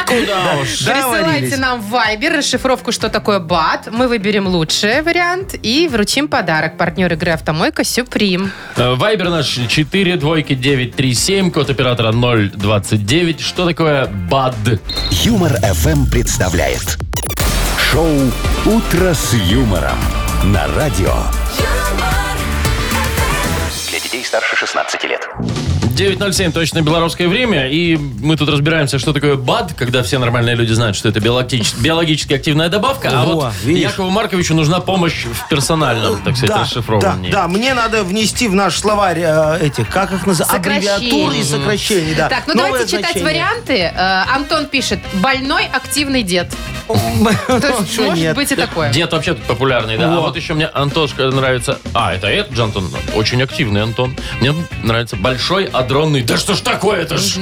Speaker 2: Куда
Speaker 4: Договорились.
Speaker 2: уж.
Speaker 3: Присылайте нам в Viber расшифровку, что такое БАД. Мы выберем лучший вариант и вручим подарок. Партнер игры «Автомойка» Сюприм.
Speaker 2: Э, Вайбер наш 4 двойки 937, код оператора 029. Что такое БАД?
Speaker 1: Юмор ФМ представляет. Шоу «Утро с юмором» на радио.
Speaker 11: Юмор
Speaker 5: Для детей старше 16 лет.
Speaker 2: 9.07, точно белорусское время, и мы тут разбираемся, что такое БАД, когда все нормальные люди знают, что это биологич- биологически активная добавка, а
Speaker 4: Во,
Speaker 2: вот
Speaker 4: видишь.
Speaker 2: Якову Марковичу нужна помощь в персональном, так сказать,
Speaker 4: да,
Speaker 2: расшифровании.
Speaker 4: Да, да, мне надо внести в наш словарь э, этих, как их называют,
Speaker 3: Сокращений.
Speaker 4: аббревиатуры и сокращений, да.
Speaker 3: Так, ну
Speaker 4: Новое
Speaker 3: давайте читать
Speaker 4: значение.
Speaker 3: варианты. Э, Антон пишет, больной активный дед. То есть
Speaker 4: Что
Speaker 3: может
Speaker 4: нет?
Speaker 3: быть и такое.
Speaker 2: Дед вообще тут популярный, да. А
Speaker 4: Во.
Speaker 2: вот еще мне Антошка нравится. А, это этот же Антон. Очень активный Антон. Мне нравится большой адронный. Да что ж такое-то ж?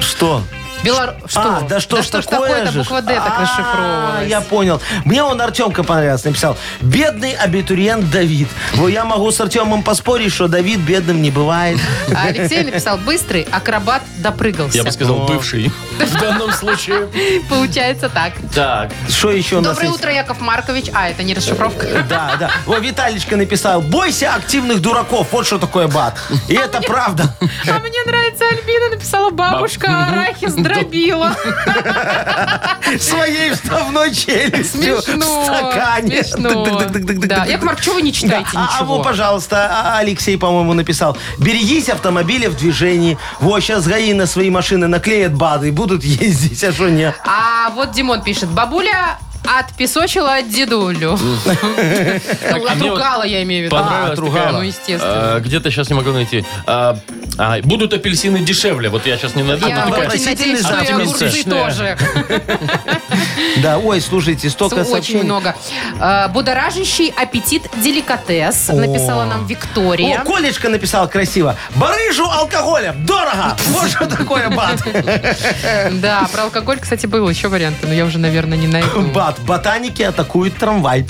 Speaker 4: Что?
Speaker 3: Белор... Что?
Speaker 4: А, да что ж такое
Speaker 3: такое-то
Speaker 4: же?
Speaker 3: буква Д так
Speaker 4: А,
Speaker 3: расшифровывалась?
Speaker 4: Я понял. Мне он Артемка понравился, написал. Бедный абитуриент Давид. Во, я могу с Артемом поспорить, что Давид бедным не бывает.
Speaker 3: А Алексей написал, быстрый акробат допрыгался.
Speaker 2: Я бы сказал, бывший. В данном случае.
Speaker 3: Получается так.
Speaker 2: Так.
Speaker 4: Что еще у нас
Speaker 3: Доброе
Speaker 4: есть?
Speaker 3: утро, Яков Маркович. А, это не расшифровка.
Speaker 4: Да, да. Во, Виталичка написал, бойся активных дураков. Вот что такое бат. И это правда.
Speaker 3: А мне нравится Альбина, написала бабушка, арахис дробила.
Speaker 4: Своей вставной челюстью.
Speaker 3: Смешно,
Speaker 4: В стакане.
Speaker 3: смешно.
Speaker 4: Тык-тык-тык-тык-тык-тык-тык.
Speaker 3: Да, Яков Маркович, что вы не читаете
Speaker 4: Да, а- А, вот,
Speaker 3: ничего?
Speaker 4: пожалуйста, а- Алексей, по-моему, написал. Берегись автомобиля в движении. Вот, сейчас ГАИ на свои машины наклеят БАДы и будут ездить, а что нет?
Speaker 3: А вот Димон пишет, бабуля отпесочила дедулю. Ну,
Speaker 2: а мне вот
Speaker 3: Отругала, я имею в виду.
Speaker 2: понравилась
Speaker 3: А,
Speaker 2: такая,
Speaker 3: Ну, естественно.
Speaker 2: а, Где-то сейчас не могу найти. А, а, Будут апельсины дешевле. Вот я сейчас не
Speaker 4: А,
Speaker 2: найду.
Speaker 3: Я
Speaker 2: но такая-
Speaker 3: очень надеюсь, что и огурцы
Speaker 2: оптимистичная.
Speaker 3: тоже.
Speaker 4: Да, ой, слушайте, столько
Speaker 3: Очень
Speaker 4: сообщений.
Speaker 3: много. А, Будоражащий аппетит деликатес, написала нам
Speaker 4: О,
Speaker 3: Виктория.
Speaker 4: Колечка написал красиво. Барыжу алкоголем. Дорого. Вот что такое бат.
Speaker 3: Да, про алкоголь, кстати, был еще вариант, но я уже, наверное, не найду.
Speaker 4: Бат. Ботаники атакуют трамвай.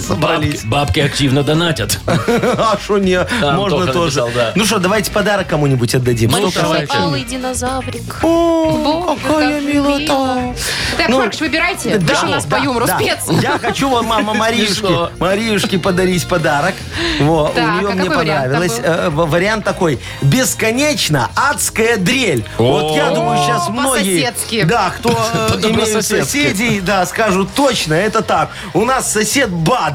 Speaker 4: Собрались.
Speaker 2: Бабки, бабки активно донатят.
Speaker 4: А что не? Можно
Speaker 2: Антоха
Speaker 4: тоже.
Speaker 2: написал, да.
Speaker 4: Ну что, давайте подарок кому-нибудь отдадим.
Speaker 2: Ну,
Speaker 4: Столько
Speaker 2: давайте.
Speaker 4: сообщений.
Speaker 2: Алый
Speaker 3: динозаврик.
Speaker 4: О,
Speaker 3: Боже,
Speaker 4: какая
Speaker 3: как
Speaker 4: милота.
Speaker 3: мило. Так,
Speaker 4: Ну,
Speaker 3: Маркш, выбирайте. Вы же у нас
Speaker 4: да,
Speaker 3: по юмору
Speaker 4: да.
Speaker 3: спец.
Speaker 4: Я хочу вам, мама Мариюшке,
Speaker 2: Смешно.
Speaker 4: Мариюшке подарить подарок. Во,
Speaker 3: Так,
Speaker 4: у нее
Speaker 3: а
Speaker 4: мне
Speaker 3: какой вариант там
Speaker 4: понравилось.
Speaker 3: был?
Speaker 4: Э, в- Вариант такой. Бесконечно адская дрель. Вот я думаю, сейчас
Speaker 3: О,
Speaker 4: многие...
Speaker 3: по-соседски.
Speaker 4: Да, кто э, имеет
Speaker 2: Добрососедски.
Speaker 4: соседей, да, скажут точно, это так. У нас сосед Бад.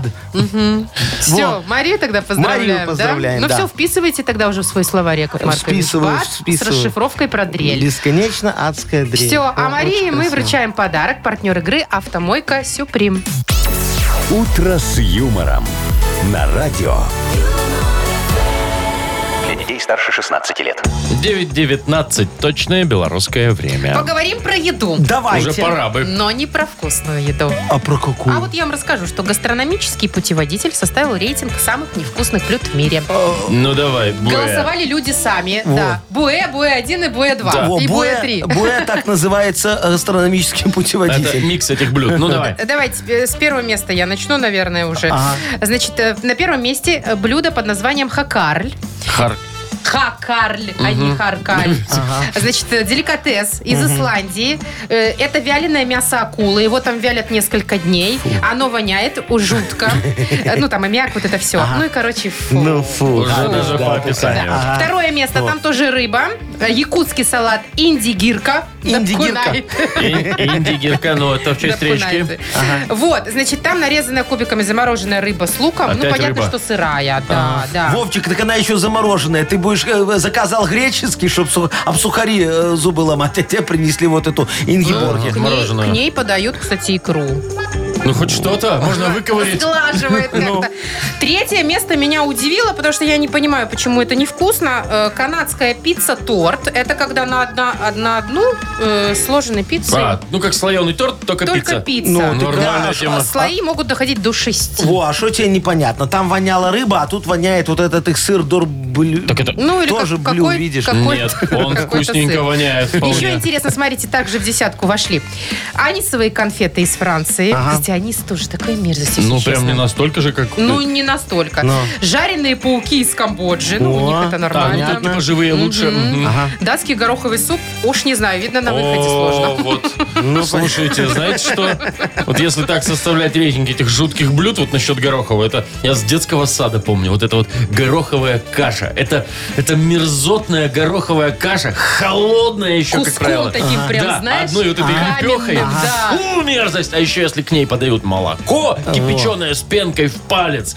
Speaker 3: Все,
Speaker 4: Вот.
Speaker 3: Марию тогда поздравляем.
Speaker 4: Марию поздравляем,
Speaker 3: Ну
Speaker 4: да.
Speaker 3: все, вписывайте тогда уже в свой словарь, Яков Маркович.
Speaker 4: Вписываю,
Speaker 3: Бат
Speaker 4: вписываю.
Speaker 3: С расшифровкой про дрель.
Speaker 4: Бесконечно адская дрель.
Speaker 3: Все,
Speaker 4: О,
Speaker 3: а Марии
Speaker 4: очень
Speaker 3: мы
Speaker 4: красиво.
Speaker 3: вручаем подарок. Партнер игры «Автомойка Сюприм».
Speaker 1: «Утро с юмором» на радио.
Speaker 5: Для детей старше 16 лет.
Speaker 2: 9.19. Точное белорусское время.
Speaker 3: Поговорим про еду.
Speaker 4: Давайте.
Speaker 2: Уже пора бы.
Speaker 3: Но не про вкусную еду.
Speaker 4: А про какую?
Speaker 3: А вот я вам расскажу, что гастрономический путеводитель составил рейтинг самых невкусных блюд в мире.
Speaker 2: Ну давай, Буэ.
Speaker 3: Голосовали люди сами.
Speaker 4: Во.
Speaker 3: Да. Буэ, Буэ-1 и Буэ-2.
Speaker 4: Во,
Speaker 3: И
Speaker 4: Буэ-
Speaker 3: Буэ-3.
Speaker 4: Буэ так называется астрономический
Speaker 2: Это
Speaker 4: путеводитель.
Speaker 2: микс этих блюд. Ну давай.
Speaker 3: Давайте э, с первого места я начну, наверное, уже.
Speaker 4: Ага.
Speaker 3: Значит, э, на первом месте э, блюдо под названием хакарль.
Speaker 2: Хар-
Speaker 3: Хакарль, а не харкаль. Значит, э, деликатес из Исландии. Э, Это вяленое мясо акулы. Его там вялят несколько дней. Оно воняет у- жутко. Э, Ну, там аммиак, вот это все. Ну и, короче, фу.
Speaker 4: Ну фу.
Speaker 2: Уже
Speaker 4: да, да,
Speaker 2: даже
Speaker 4: да.
Speaker 2: по описанию.
Speaker 4: Ага.
Speaker 3: Второе место, там тоже рыба. Э, Якутский салат индигирка.
Speaker 4: Индигирка.
Speaker 3: Докунает.
Speaker 2: Ин- Инди-гирка, ну это в честь
Speaker 3: Докунает.
Speaker 2: речки.
Speaker 3: Вот, значит, там нарезанная кубиками замороженная рыба с луком.
Speaker 2: Опять
Speaker 3: ну, понятно,
Speaker 2: рыба. А.
Speaker 3: что сырая. Да, да.
Speaker 4: Вовчик, так она еще замороженная. Ты будешь э, заказал греческий, чтобы об сухари э, зубы ломать, а тебе принесли вот эту ингиборги.
Speaker 3: К ней,
Speaker 2: Мороженое.
Speaker 3: к ней подают, кстати, икру.
Speaker 2: Ну хоть что-то, можно выковырять.
Speaker 3: Сглаживает
Speaker 2: Ну.
Speaker 3: как-то. Третье место меня удивило, потому что я не понимаю, почему это невкусно. Э, Канадская пицца-торт. Это когда на, одна, на одну э, сложены пиццы.
Speaker 2: А, ну как слоеный торт, только
Speaker 3: Только
Speaker 2: пицца.
Speaker 3: пицца.
Speaker 4: Ну, так
Speaker 2: Нормальная
Speaker 4: да,
Speaker 2: тема.
Speaker 3: Слои могут доходить до шести.
Speaker 4: Во, а что тебе непонятно? Там воняла рыба, а тут воняет вот этот их сыр дорблю.
Speaker 2: Так это-
Speaker 3: Ну, или
Speaker 4: Тоже
Speaker 3: как-
Speaker 4: блю,
Speaker 3: какой-
Speaker 4: видишь.
Speaker 3: как- Какой-
Speaker 2: Нет, он
Speaker 3: какой-то
Speaker 2: вкусненько
Speaker 3: сыр.
Speaker 2: воняет
Speaker 3: Еще
Speaker 2: вполне.
Speaker 3: интересно, смотрите, также в десятку вошли анисовые конфеты из Франции. Кстати, анис тоже такой мерзость, если
Speaker 2: Ну
Speaker 3: честно.
Speaker 2: прям не настолько же, как... э,
Speaker 3: Ну, не настолько.
Speaker 4: Но.
Speaker 3: Жареные пауки из Камбоджи. Ну, у
Speaker 4: О,
Speaker 3: них это
Speaker 2: Так, ну
Speaker 3: нормально.
Speaker 2: тут типа живые лучше. Мгм.
Speaker 3: Датский гороховый суп, уж не знаю, видно, на выходе
Speaker 2: О,
Speaker 3: сложно.
Speaker 2: вот. Ну, Слушайте, знаете что? Вот если так составлять рейтинг этих жутких блюд, вот насчет горохового, это я с детского сада помню, вот это вот гороховая каша. Это, это мерзотная гороховая каша, холодная еще, как
Speaker 3: Куском
Speaker 2: правило.
Speaker 3: таким
Speaker 2: Ага.
Speaker 3: прям,
Speaker 2: да,
Speaker 3: знаешь,
Speaker 2: одной вот этой
Speaker 3: каменным,
Speaker 2: лепехой.
Speaker 3: да.
Speaker 2: У, мерзость! А еще если к ней подают молоко, кипяченое с пенкой в палец.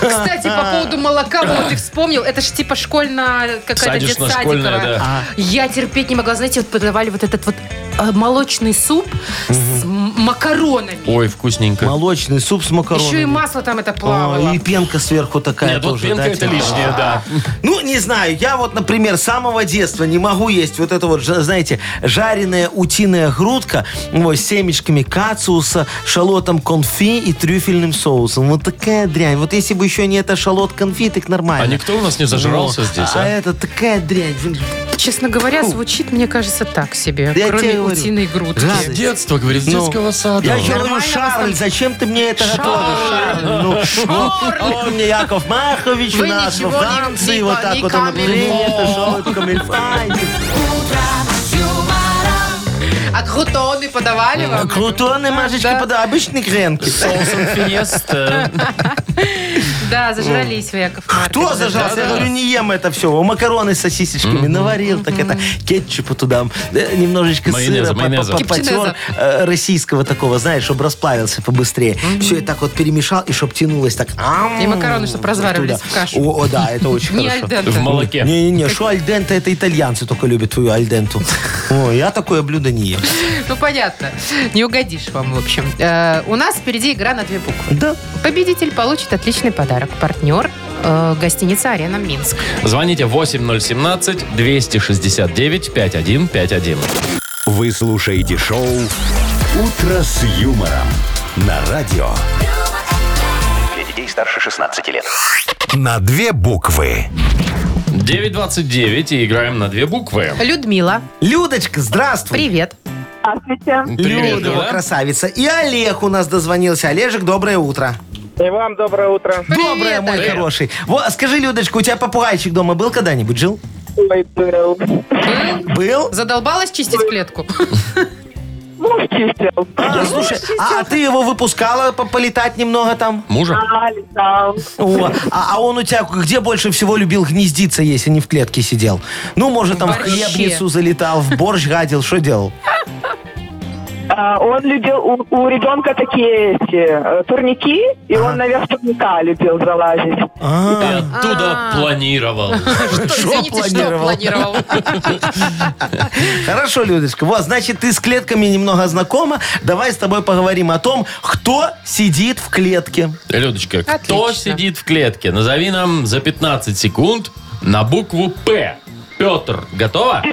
Speaker 3: Кстати, кстати, по поводу молока, вот ты вспомнил, это же типа школьная какая-то
Speaker 2: Садишь на
Speaker 3: детсадиковая.
Speaker 2: школьное, да. Ага.
Speaker 3: Я терпеть не могла. Знаете, вот подавали вот этот вот э, молочный суп с м- макаронами.
Speaker 2: Ой, вкусненько.
Speaker 4: Молочный суп с макаронами.
Speaker 3: Еще и масло там это плавало.
Speaker 4: О, и пенка сверху такая
Speaker 2: Нет, вот
Speaker 4: тоже.
Speaker 2: пенка
Speaker 4: да,
Speaker 2: это
Speaker 4: типа?
Speaker 2: лишнее, да.
Speaker 4: Ну, не знаю, я вот, например, с самого детства не могу есть вот это вот, жа- знаете, жареная утиная грудка вот, с семечками кациуса, шалотом конфи и трюфельным соусом. Вот такая дрянь. Вот если бы еще не это шалот конфи, так нормально.
Speaker 2: А никто у нас не зажрался здесь,
Speaker 4: а?
Speaker 2: а?
Speaker 4: это такая дрянь. блин.
Speaker 3: Честно говоря, звучит, мне кажется, так себе.
Speaker 4: Да я тебе
Speaker 3: кроме
Speaker 4: говорю.
Speaker 3: утиной грудки.
Speaker 4: Гадость.
Speaker 2: Детство, говорит, с
Speaker 4: Ну,
Speaker 2: детского сада.
Speaker 4: Я еще
Speaker 3: Нормально
Speaker 4: говорю, Шарль,
Speaker 3: вас
Speaker 4: зачем ты мне это готовишь? Шарль, ну, ну, он мне Яков Маркович у
Speaker 3: Вы
Speaker 4: нас во
Speaker 3: ничего не-
Speaker 4: Франции,
Speaker 3: не-
Speaker 4: вот так
Speaker 3: не
Speaker 4: вот он
Speaker 3: камильфо.
Speaker 4: это шалот камильфа.
Speaker 3: А крутоны подавали вам?
Speaker 4: Крутоны, Машечка, под обычные гренки.
Speaker 2: Соусом
Speaker 4: э,
Speaker 2: фиеста.
Speaker 3: Да, зажрались вы, Яков Маркович.
Speaker 4: А Кто зажрался? Я говорю, не ем это все. Макароны с сосисочками наварил, так это кетчупа туда, э, немножечко
Speaker 2: Майонеза,
Speaker 4: сыра, по- по-
Speaker 2: майонеза.
Speaker 4: по- потер
Speaker 3: Кипчинеза.
Speaker 4: э, российского такого, знаешь, чтобы расплавился побыстрее. Все и так вот перемешал, и чтоб тянулось так. ам,
Speaker 3: И макароны, чтоб разваривались
Speaker 4: туда.
Speaker 3: в кашу.
Speaker 4: О, о, да, это очень
Speaker 3: Не
Speaker 4: хорошо.
Speaker 3: альденте.
Speaker 2: В молоке.
Speaker 4: Не-не-не, шо альдента, это итальянцы только любят твою альденту. О, я такое блюдо не ем.
Speaker 3: Ну, понятно. Не угодишь вам, в общем. Э, У нас впереди игра на две буквы.
Speaker 4: Да.
Speaker 3: Победитель получит отличный подарок. Партнер э, гостиница «Арена Минск».
Speaker 2: Звоните 8017-269-5151.
Speaker 1: Вы слушаете шоу «Утро с юмором» на радио.
Speaker 5: Для детей старше 16 лет.
Speaker 1: На две буквы.
Speaker 2: 9.29 и играем на две буквы.
Speaker 3: Людмила,
Speaker 4: Людочка, здравствуй.
Speaker 3: привет.
Speaker 2: Привет,
Speaker 4: Люда,
Speaker 2: Люда.
Speaker 4: красавица. И Олег у нас дозвонился. Олежек, доброе утро.
Speaker 9: И вам доброе утро.
Speaker 4: Доброе, мой
Speaker 2: Олег.
Speaker 4: хороший. Вот, скажи, Людочка, у тебя попугайчик дома был когда-нибудь? Жил?
Speaker 9: Ой, был.
Speaker 4: Был?
Speaker 3: Задолбалась чистить клетку?
Speaker 9: Муж чистил.
Speaker 4: А, слушай, а, а ты его выпускала по- полетать немного там?
Speaker 2: Мужа?
Speaker 9: А, летал.
Speaker 4: О, а, а он у тебя где больше всего любил гнездиться, если не в клетке сидел? Ну, может, там в
Speaker 3: Борще.
Speaker 4: хлебницу залетал, в борщ гадил, что делал?
Speaker 9: А, Он любил, у, у ребенка такие эти, э, турники, и он наверх турника любил залазить.
Speaker 4: А,
Speaker 2: И оттуда планировал.
Speaker 3: Что, извините, что
Speaker 4: планировал?
Speaker 3: планировал?
Speaker 4: Хорошо, Людочка. Вот, значит, ты с клетками немного знакома. Давай с тобой поговорим о том, кто сидит в клетке.
Speaker 2: Людочка, кто
Speaker 3: Отлично.
Speaker 2: сидит в клетке? Назови нам за 15 секунд на букву «П». Петр, готова?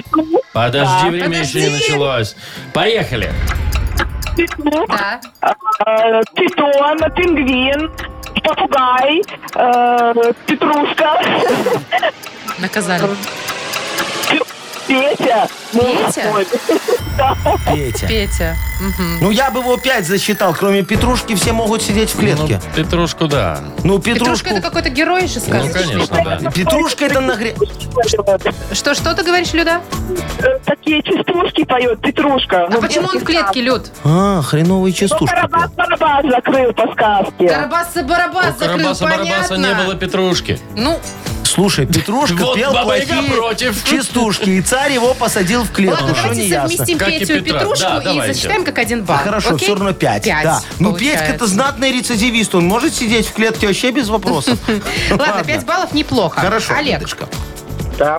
Speaker 2: Подожди, время еще не началось. Поехали.
Speaker 3: Да.
Speaker 9: Э, Питон, пингвин, попугай, э, петрушка,
Speaker 3: Наказали.
Speaker 9: Петя.
Speaker 3: Петя?
Speaker 9: Ой,
Speaker 4: Петя.
Speaker 3: Петя.
Speaker 4: Ну, я бы его пять засчитал. Кроме Петрушки все могут сидеть в клетке.
Speaker 2: Ну, Петрушку, да.
Speaker 4: Ну,
Speaker 3: Петрушка
Speaker 4: Петрушку...
Speaker 3: это какой-то герой же
Speaker 2: Ну,
Speaker 3: сказочный.
Speaker 2: конечно, да.
Speaker 4: Петрушка это нагре...
Speaker 3: Что, что ты говоришь, Люда?
Speaker 9: э, Такие частушки поет Петрушка.
Speaker 2: Ну,
Speaker 3: А почему он в клетке, Люд?
Speaker 4: А, хреновые частушки.
Speaker 9: Карабас Барабас закрыл по сказке.
Speaker 2: У
Speaker 3: Карабаса-барабас закрыл,
Speaker 2: Карабаса-Барабаса не было
Speaker 3: понятно.
Speaker 2: Петрушки.
Speaker 3: Ну,
Speaker 4: Слушай, Петрушка
Speaker 2: Вот
Speaker 4: пел
Speaker 2: Баба Яга
Speaker 4: плохие
Speaker 2: против.
Speaker 4: частушки, и царь его посадил в клетку.
Speaker 3: Ладно,
Speaker 4: что
Speaker 3: давайте
Speaker 4: не ясно.
Speaker 3: совместим
Speaker 2: Как и
Speaker 3: Петю и
Speaker 2: Петра.
Speaker 3: Петрушку
Speaker 2: Да,
Speaker 3: и
Speaker 2: давайте.
Speaker 3: засчитаем как один балл.
Speaker 4: Хорошо,
Speaker 3: Окей?
Speaker 4: все равно пять.
Speaker 3: Пять,
Speaker 4: да. Ну,
Speaker 3: получается.
Speaker 4: Петька-то знатный рецидивист. Он может сидеть в клетке вообще без вопросов.
Speaker 3: Ладно, пять баллов неплохо.
Speaker 4: Хорошо,
Speaker 3: Олег,
Speaker 4: Людочка.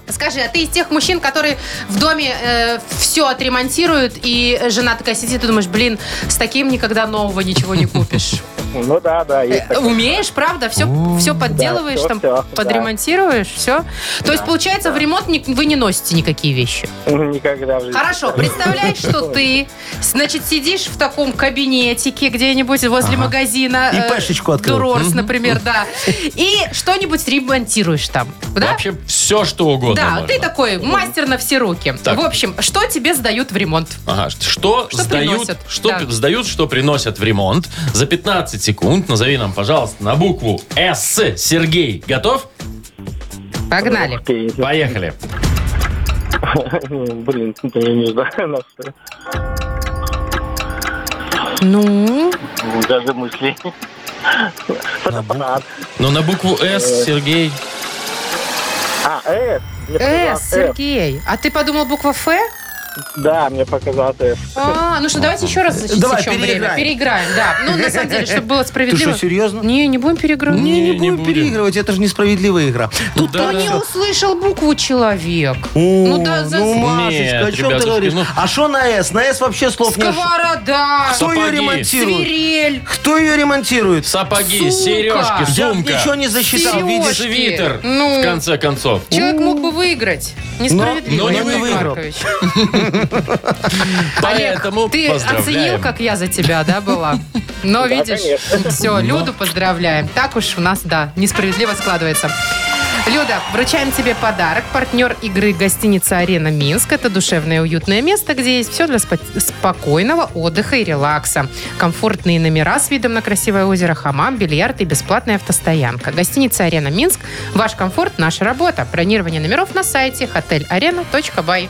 Speaker 3: скажи, а ты из тех мужчин, которые в доме все отремонтируют, и жена такая сидит и думаешь, блин, с таким никогда нового ничего не купишь.
Speaker 9: Ну да, да, есть
Speaker 3: Э, Умеешь, правда? Все, все подделываешь,
Speaker 9: всё,
Speaker 3: там
Speaker 9: всё,
Speaker 3: подремонтируешь, все. То есть, получается, в ремонт ни- вы не носите никакие вещи.
Speaker 9: Никогда в жизни.
Speaker 3: Хорошо, представляешь, что ты, значит, сидишь в таком кабинетике где-нибудь возле магазина.
Speaker 4: И
Speaker 3: э,
Speaker 4: пешечку открыл.
Speaker 3: Дурорс, например, да. И что-нибудь ремонтируешь там. Да?
Speaker 2: Вообще все, что угодно
Speaker 3: Да,
Speaker 2: можно.
Speaker 3: ты такой мастер на все руки.
Speaker 2: Так.
Speaker 3: В общем, что тебе сдают в ремонт?
Speaker 2: Ага, что,
Speaker 3: Что
Speaker 2: сдают,
Speaker 3: приносят,
Speaker 2: что
Speaker 3: да.
Speaker 2: пи- сдают, что приносят в ремонт. За 15 секунд назови нам, пожалуйста, на букву С. Сергей, готов?
Speaker 3: Погнали.
Speaker 9: Окей.
Speaker 2: Поехали.
Speaker 9: Блин, это я не знаю.
Speaker 3: Ну,
Speaker 9: Даже мысли. Фотоаппарат.
Speaker 2: Ну, на букву С, Сергей.
Speaker 9: А, С. Я поняла,
Speaker 3: э, Сергей, а ты подумал буква Ф?
Speaker 6: Да, мне показался F.
Speaker 3: А, ну что, давайте еще раз значит,
Speaker 4: Давай,
Speaker 3: сечем время.
Speaker 4: переиграем.
Speaker 3: Переиграем, да. Ну, на самом деле, чтобы было справедливо.
Speaker 4: Ты что, серьезно?
Speaker 3: Не, не будем переигрывать.
Speaker 4: Не, не, будем
Speaker 2: будем.
Speaker 4: переигрывать, это же несправедливая игра. Тут
Speaker 3: Кто
Speaker 4: так
Speaker 3: не
Speaker 4: всё.
Speaker 3: услышал букву человек?
Speaker 4: О,
Speaker 3: Ну да, за-
Speaker 4: ну, Машечка, о
Speaker 2: Нет,
Speaker 4: чем ты
Speaker 2: ребятушки,
Speaker 4: говоришь?
Speaker 2: ну.
Speaker 4: А что на С? На С вообще слов нет.
Speaker 3: Сковорода,
Speaker 4: Кто ее
Speaker 2: Сапоги.
Speaker 4: ремонтирует?
Speaker 3: свирель,
Speaker 4: Кто ее ремонтирует?
Speaker 2: Сапоги,
Speaker 3: Сука.
Speaker 2: сережки,
Speaker 4: А Я
Speaker 2: сумка.
Speaker 4: ничего не засчитал,
Speaker 3: Сережки.
Speaker 4: видишь?
Speaker 2: Свитер,
Speaker 3: Ну.
Speaker 2: в конце концов.
Speaker 3: Человек мог бы выиграть. Несправедливо,
Speaker 2: Но- но не
Speaker 3: Яков
Speaker 2: выиграл.
Speaker 3: Маркович.
Speaker 2: Поэтому
Speaker 3: Ты оценил,
Speaker 2: поздравляем.
Speaker 3: как я за тебя, да, была? Но видишь, все, Люду поздравляем. Так уж у нас, да, несправедливо складывается. Люда, вручаем тебе подарок. Партнер игры гостиница «Арена Минск». Это душевное и уютное место, где есть все для спо- спокойного отдыха и релакса. Комфортные номера с видом на красивое озеро, хамам, бильярд и бесплатная автостоянка. Гостиница «Арена Минск». Ваш комфорт – наша работа. Бронирование номеров на сайте hotelarena.by.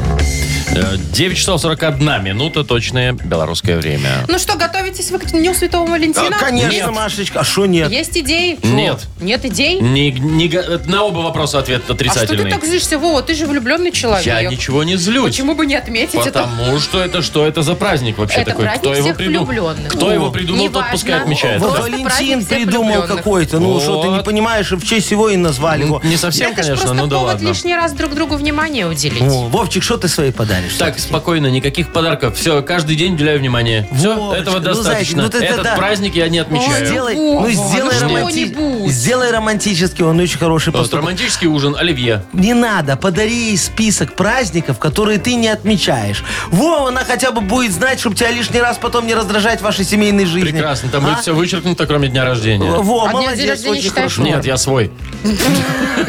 Speaker 2: Э, 9 часов 41 минута, точное белорусское время.
Speaker 3: Ну что, готовитесь вы к Дню Святого
Speaker 4: А,
Speaker 3: Валентина?
Speaker 4: Конечно,
Speaker 2: Нет.
Speaker 4: Машечка, а что нет?
Speaker 3: Есть идеи?
Speaker 2: Нет.
Speaker 3: Нет идей?
Speaker 2: Не- не го- на оба вопроса ответ
Speaker 3: А что ты
Speaker 2: отрицательный.
Speaker 3: так злишься, Вова? Ты же влюбленный человек.
Speaker 2: Я ничего не злюсь.
Speaker 3: Почему бы не отметить это?
Speaker 2: Потому что это что это за праздник вообще
Speaker 3: Это
Speaker 2: такой?
Speaker 3: праздник
Speaker 2: Кто его
Speaker 3: всех
Speaker 2: придумал?
Speaker 3: влюбленных.
Speaker 2: Кто
Speaker 3: О,
Speaker 2: его придумал, тот
Speaker 3: неважно.
Speaker 2: пускай отмечает.
Speaker 4: Вот
Speaker 3: Просто
Speaker 4: Валентин
Speaker 3: праздник всех
Speaker 4: придумал
Speaker 3: влюбленных.
Speaker 4: какой-то. Ну, что ты не
Speaker 2: Вот. Ну,
Speaker 4: понимаешь, и в честь всего и назвали его.
Speaker 2: Не совсем,
Speaker 3: это ж
Speaker 2: конечно,
Speaker 3: просто
Speaker 2: ну да
Speaker 3: повод
Speaker 2: ладно.
Speaker 3: лишний раз друг другу внимание уделить.
Speaker 4: О, Вовчик, что ты своей подаришь?
Speaker 2: Так,
Speaker 4: всё-таки?
Speaker 2: спокойно, никаких подарков. Все, каждый день уделяю внимание. Все,
Speaker 4: Вовочка,
Speaker 2: этого
Speaker 4: ну,
Speaker 2: достаточно.
Speaker 4: знаете, ну, ты-
Speaker 2: Этот
Speaker 4: да.
Speaker 2: праздник я не отмечаю.
Speaker 4: Сделай,
Speaker 3: Вова,
Speaker 4: ну, сделай,
Speaker 3: ну
Speaker 4: романти-
Speaker 3: что-нибудь.
Speaker 4: сделай романтический, он очень хороший
Speaker 2: Вот
Speaker 4: поступок.
Speaker 2: Э, романтический ужин, оливье.
Speaker 4: Не надо, подари ей список праздников, которые ты не отмечаешь. Во, она хотя бы будет знать, чтобы тебя лишний раз потом не раздражать в вашей семейной жизни.
Speaker 2: Прекрасно, там будет
Speaker 4: А?
Speaker 2: все вычеркнуто, кроме дня рождения.
Speaker 4: Во,
Speaker 3: А день
Speaker 4: молодец,
Speaker 3: рождения
Speaker 4: очень
Speaker 3: считаешь?
Speaker 4: хорошо.
Speaker 2: Нет, я свой.
Speaker 3: Боже,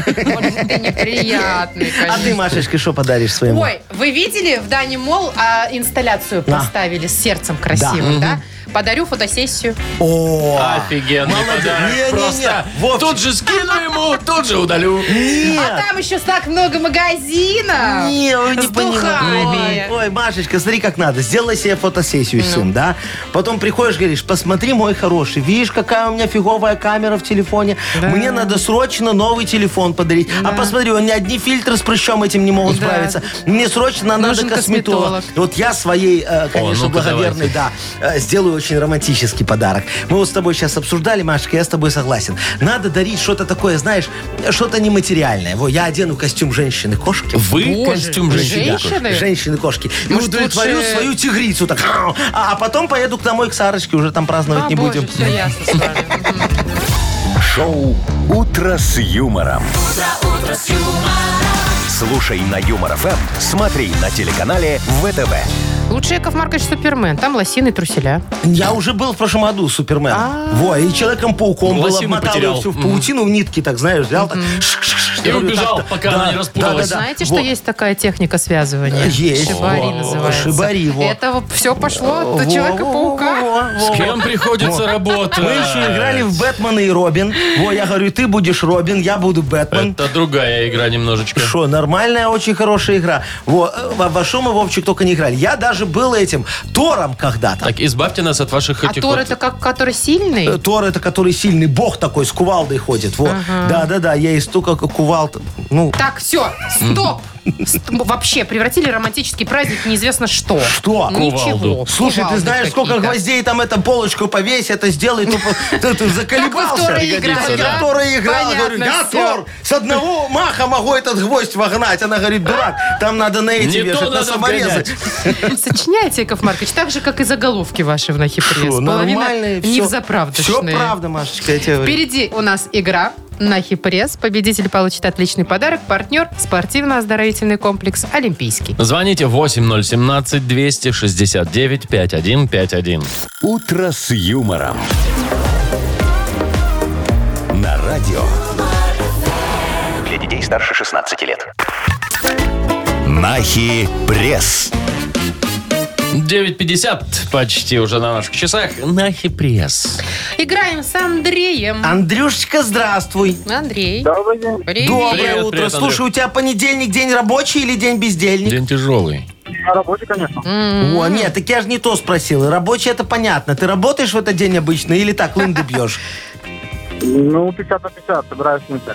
Speaker 3: ты неприятный,
Speaker 4: А
Speaker 3: конечно.
Speaker 4: ты, Машечка, что подаришь своему?
Speaker 3: Ой, вы видели в Дани Мол а, инсталляцию
Speaker 4: Да.
Speaker 3: поставили с сердцем красивым, да? Подарю фотосессию.
Speaker 4: О,
Speaker 2: Офигенный
Speaker 4: молодец.
Speaker 2: подарок.
Speaker 4: Не-не-не,
Speaker 2: Просто
Speaker 4: Вовчик.
Speaker 2: тут же скину ему, тут же удалю.
Speaker 3: А там еще так много магазинов.
Speaker 4: Не, вы не
Speaker 3: С духами. Ну.
Speaker 4: понимаете. Ой, Машечка, смотри, как надо. Сделай себе фотосессию всю, да? Потом приходишь, говоришь, посмотри, мой хороший, видишь, какая у меня фиговая камера в телефоне. Мне надо срочно новый телефон подарить. А посмотри, у меня одни фильтры с прыщом этим не могут
Speaker 3: Да.
Speaker 4: справиться. Мне срочно надо
Speaker 3: Нужен
Speaker 4: косметолог.
Speaker 3: косметолог.
Speaker 4: Вот я своей, э, конечно,
Speaker 2: ну-ка,
Speaker 4: благоверной, да, э, сделаю очень романтический подарок. Мы вот с тобой сейчас обсуждали, Машечка, я с тобой согласен. Надо дарить что-то такое, знаешь, что-то нематериальное. Во, я одену костюм женщины-кошки.
Speaker 2: Вы
Speaker 3: Боже,
Speaker 2: костюм женщины.
Speaker 3: женщина. Женщины? Ну,
Speaker 4: Женщины-кошки. И
Speaker 3: Может,
Speaker 4: удовлетворю
Speaker 3: лучше-
Speaker 4: свою тигрицу. Так, а, а потом поеду к домой к Сарочке, уже там праздновать
Speaker 3: А,
Speaker 4: не
Speaker 3: боже,
Speaker 4: будем.
Speaker 3: все ясно с вами.
Speaker 1: Шоу «Утро с юмором». Слушай на Юмор ФМ, смотри на телеканале ВТВ.
Speaker 3: Лучше Яков Маркович Супермен. Там лосины труселя.
Speaker 4: Я уже был в прошлом году Супермен.
Speaker 3: А.
Speaker 4: Во, и Человеком-пауком был,
Speaker 2: Лосину
Speaker 4: обмотал
Speaker 2: Ну, потерял.
Speaker 4: его всю в паутину, в нитки, так, знаешь, взял так. шш-шш-шш,
Speaker 2: И
Speaker 4: говорю,
Speaker 2: убежал,
Speaker 4: так-то.
Speaker 2: пока она не распуталась.
Speaker 4: да-да-да.
Speaker 3: Знаете, что
Speaker 4: Во.
Speaker 3: есть такая техника связывания?
Speaker 4: Есть.
Speaker 3: Шибари
Speaker 4: Во,
Speaker 3: называется.
Speaker 4: Э, шибари, во.
Speaker 3: Это все пошло
Speaker 4: Во,
Speaker 3: от
Speaker 4: во,
Speaker 3: Человека-паука.
Speaker 4: во, во,
Speaker 2: С
Speaker 4: во.
Speaker 2: кем приходится работать?
Speaker 4: Мы еще играли в Бэтмена и Робин. Во, я говорю, ты будешь Робин, я буду Бэтмен.
Speaker 2: Это другая игра немножечко.
Speaker 4: Шо, нормальная, очень хорошая игра. Во, э, во, во что мы, Вовчик, только не играли. Я даже был этим Тором когда-то.
Speaker 2: Так, избавьте нас от ваших
Speaker 3: А
Speaker 2: этих
Speaker 3: Тор
Speaker 2: вот-
Speaker 3: это как, который сильный?
Speaker 4: Э, Тор это который сильный бог такой, с кувалдой ходит. Вот. Да-да-да, я и стука кувалд. Ну,
Speaker 3: Так, все, стоп! Ст- Вообще, превратили романтический праздник в неизвестно что.
Speaker 4: Что?
Speaker 3: Ничего.
Speaker 2: Кувалду.
Speaker 4: слушай,
Speaker 3: Кувалды
Speaker 4: ты знаешь, сколько
Speaker 3: какие-то.
Speaker 4: гвоздей там это полочку повесь, это сделай, тупо- ты, ты заколебался.
Speaker 3: Как во второй
Speaker 4: Пригодится,
Speaker 3: игре, да?
Speaker 4: Я Тора играл,
Speaker 3: а? Понятно,
Speaker 4: говорю, я
Speaker 3: всё.
Speaker 4: Тор, с одного маха могу этот гвоздь вогнать. Она говорит, дурак, там надо на эти
Speaker 2: Не то
Speaker 4: вешать, на
Speaker 2: надо
Speaker 4: саморезы.
Speaker 3: Сочиняйте, Яков Маркович, так же, как и заголовки ваши в нахи пресс.
Speaker 4: Шо,
Speaker 3: Половина
Speaker 4: нормальные, всё.
Speaker 3: невзаправдочные.
Speaker 4: Всё правда, Машечка, я тебе говорю.
Speaker 3: Впереди у нас игра Нахи Пресс. Победитель получит отличный подарок. Партнер – спортивно-оздоровительный комплекс «Олимпийский».
Speaker 2: Звоните 8017-269-5151.
Speaker 1: «Утро с юмором». На радио
Speaker 5: Для детей старше 16 лет.
Speaker 1: «Нахи Пресс».
Speaker 2: 9.50 почти уже на наших часах. Нахи пресс.
Speaker 3: Играем с Андреем.
Speaker 4: Андрюшечка, здравствуй.
Speaker 3: Андрей.
Speaker 6: Добрый день.
Speaker 3: Привет.
Speaker 4: Доброе
Speaker 2: Привет,
Speaker 4: утро.
Speaker 2: привет,
Speaker 4: Слушай,
Speaker 2: Андрюх.
Speaker 4: у тебя понедельник день рабочий или день бездельник?
Speaker 2: День тяжелый.
Speaker 6: На работе, конечно.
Speaker 4: О, нет, так я же не то спросил. Рабочий это понятно. Ты работаешь в этот день обычно или так лынды бьешь?
Speaker 12: Ну, 50 на 50, собираюсь мысли.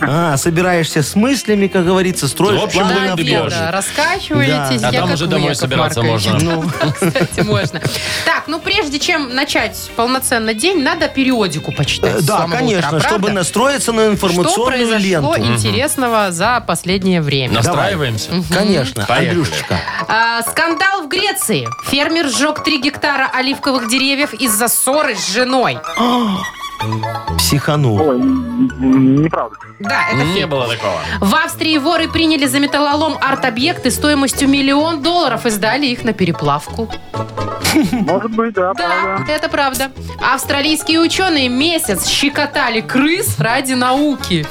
Speaker 4: А, собираешься с мыслями, как говорится, строишь
Speaker 2: В общем,
Speaker 4: планы
Speaker 2: вы
Speaker 4: на
Speaker 2: добьетесь.
Speaker 4: будущее.
Speaker 3: Да, раскачиваетесь.
Speaker 4: Да.
Speaker 2: А
Speaker 3: я
Speaker 2: там
Speaker 3: как
Speaker 2: уже
Speaker 3: вы,
Speaker 2: домой
Speaker 3: Яков
Speaker 2: собираться
Speaker 3: Маркович.
Speaker 2: можно.
Speaker 4: Ну,
Speaker 3: Кстати, можно. Так, ну прежде чем начать полноценно день, надо периодику почитать.
Speaker 4: э,
Speaker 3: с
Speaker 4: да,
Speaker 3: самого
Speaker 4: конечно,
Speaker 3: утра,
Speaker 4: чтобы
Speaker 3: правда?
Speaker 4: настроиться на
Speaker 3: Что
Speaker 4: информационную
Speaker 3: произошло
Speaker 4: ленту.
Speaker 3: интересного за последнее время?
Speaker 2: Настраиваемся.
Speaker 4: Конечно,
Speaker 2: Поехали.
Speaker 4: Андрюшечка.
Speaker 3: А, скандал в Греции. Фермер сжег 3 гектара оливковых деревьев из-за ссоры с женой.
Speaker 4: Психанул.
Speaker 12: Ой, м, м, неправда.
Speaker 3: Да, это
Speaker 2: Не
Speaker 3: фиг.
Speaker 2: было такого.
Speaker 3: В Австрии воры приняли за металлолом арт-объекты стоимостью миллион долларов и сдали их на переплавку.
Speaker 12: Может быть, да,
Speaker 3: Да,
Speaker 12: правда.
Speaker 3: это правда. Австралийские ученые месяц щекотали крыс ради науки.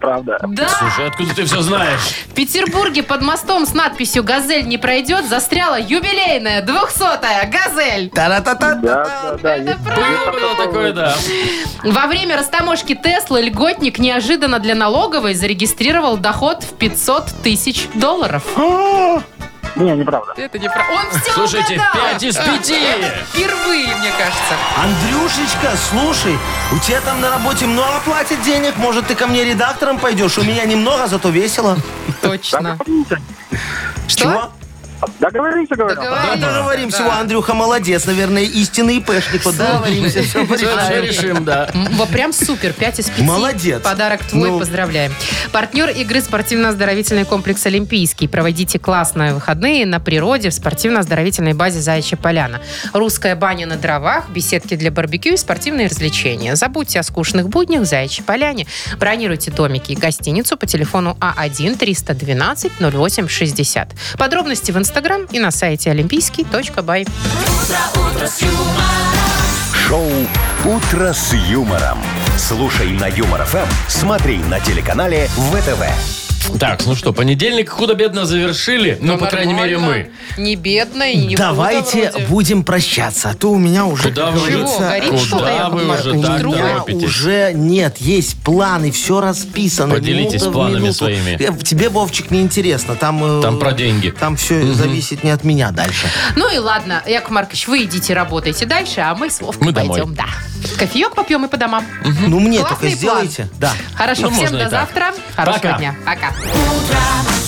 Speaker 12: Правда.
Speaker 3: Да,
Speaker 2: Слушай, откуда ты все знаешь?
Speaker 3: в Петербурге под мостом с надписью «Газель не пройдет» застряла юбилейная двухсотая «Газель».
Speaker 12: Да, да, да.
Speaker 3: Это
Speaker 12: есть.
Speaker 3: правда.
Speaker 2: Было такое, да.
Speaker 3: Во время растаможки Тесла льготник неожиданно для налоговой зарегистрировал доход в 500 тысяч долларов.
Speaker 12: Не, неправда.
Speaker 3: Это не про... Он все
Speaker 2: Слушайте, пять из пяти.
Speaker 3: Впервые, мне кажется.
Speaker 4: Андрюшечка, слушай, у тебя там на работе много платят денег, может, ты ко мне редактором пойдешь? У меня немного, зато весело.
Speaker 3: Точно.
Speaker 4: ну, Чего?
Speaker 12: Договоримся, говорю.
Speaker 3: Договорились,
Speaker 4: Договоримся,
Speaker 3: да.
Speaker 4: Во, Андрюха, молодец, наверное, истинный ИПшник. Вот договоримся, все
Speaker 2: Все решим, да.
Speaker 3: М, Вот прям супер, 5 из 5.
Speaker 4: Молодец.
Speaker 3: Подарок твой,
Speaker 4: Ну.
Speaker 3: поздравляем. Партнер игры спортивно-оздоровительный комплекс «Олимпийский». Проводите классные выходные на природе в спортивно-оздоровительной базе «Заячья поляна». Русская баня на дровах, беседки для барбекю и спортивные развлечения. Забудьте о скучных буднях в «Заячьей поляне». Бронируйте домики и гостиницу по телефону А А1-312-08-60. Подробности в Инстаграм и на сайте олимпийский.бай.
Speaker 1: Шоу «Утро с юмором». Слушай на Юмор ФМ, смотри на телеканале ВТВ.
Speaker 2: Так, ну что, понедельник худо-бедно завершили. Ну, по крайней мере, мы.
Speaker 3: Не бедно и не худо
Speaker 4: Давайте
Speaker 3: вроде.
Speaker 4: будем прощаться, а то у меня уже,
Speaker 2: Куда
Speaker 4: как
Speaker 2: вы?
Speaker 4: говорится,
Speaker 3: Чего, горит что-то,
Speaker 2: Куда
Speaker 3: Яков
Speaker 2: вы
Speaker 3: Маркович?
Speaker 2: уже так
Speaker 3: Вдруг?
Speaker 4: Я
Speaker 2: торопитесь?
Speaker 4: уже нет, есть планы, все расписано.
Speaker 2: Поделитесь
Speaker 4: минута в
Speaker 2: планами
Speaker 4: минуту.
Speaker 2: своими.
Speaker 4: Э, Тебе, Вовчик, неинтересно. Там, э,
Speaker 2: Там про деньги.
Speaker 4: Там все зависит не от меня дальше.
Speaker 3: Ну и ладно, Яков Маркович, вы идите работайте дальше, а мы с Вовкой
Speaker 2: Мы домой.
Speaker 3: пойдем. Да. Кофеек попьем и по домам.
Speaker 4: Ну, мне
Speaker 3: Классный
Speaker 4: только
Speaker 3: план.
Speaker 4: сделайте. Да.
Speaker 3: Хорошо,
Speaker 2: Ну,
Speaker 3: всем
Speaker 2: можно и
Speaker 3: до
Speaker 2: так.
Speaker 3: завтра. Хорошего
Speaker 2: Пока.
Speaker 3: дня. Пока.
Speaker 11: с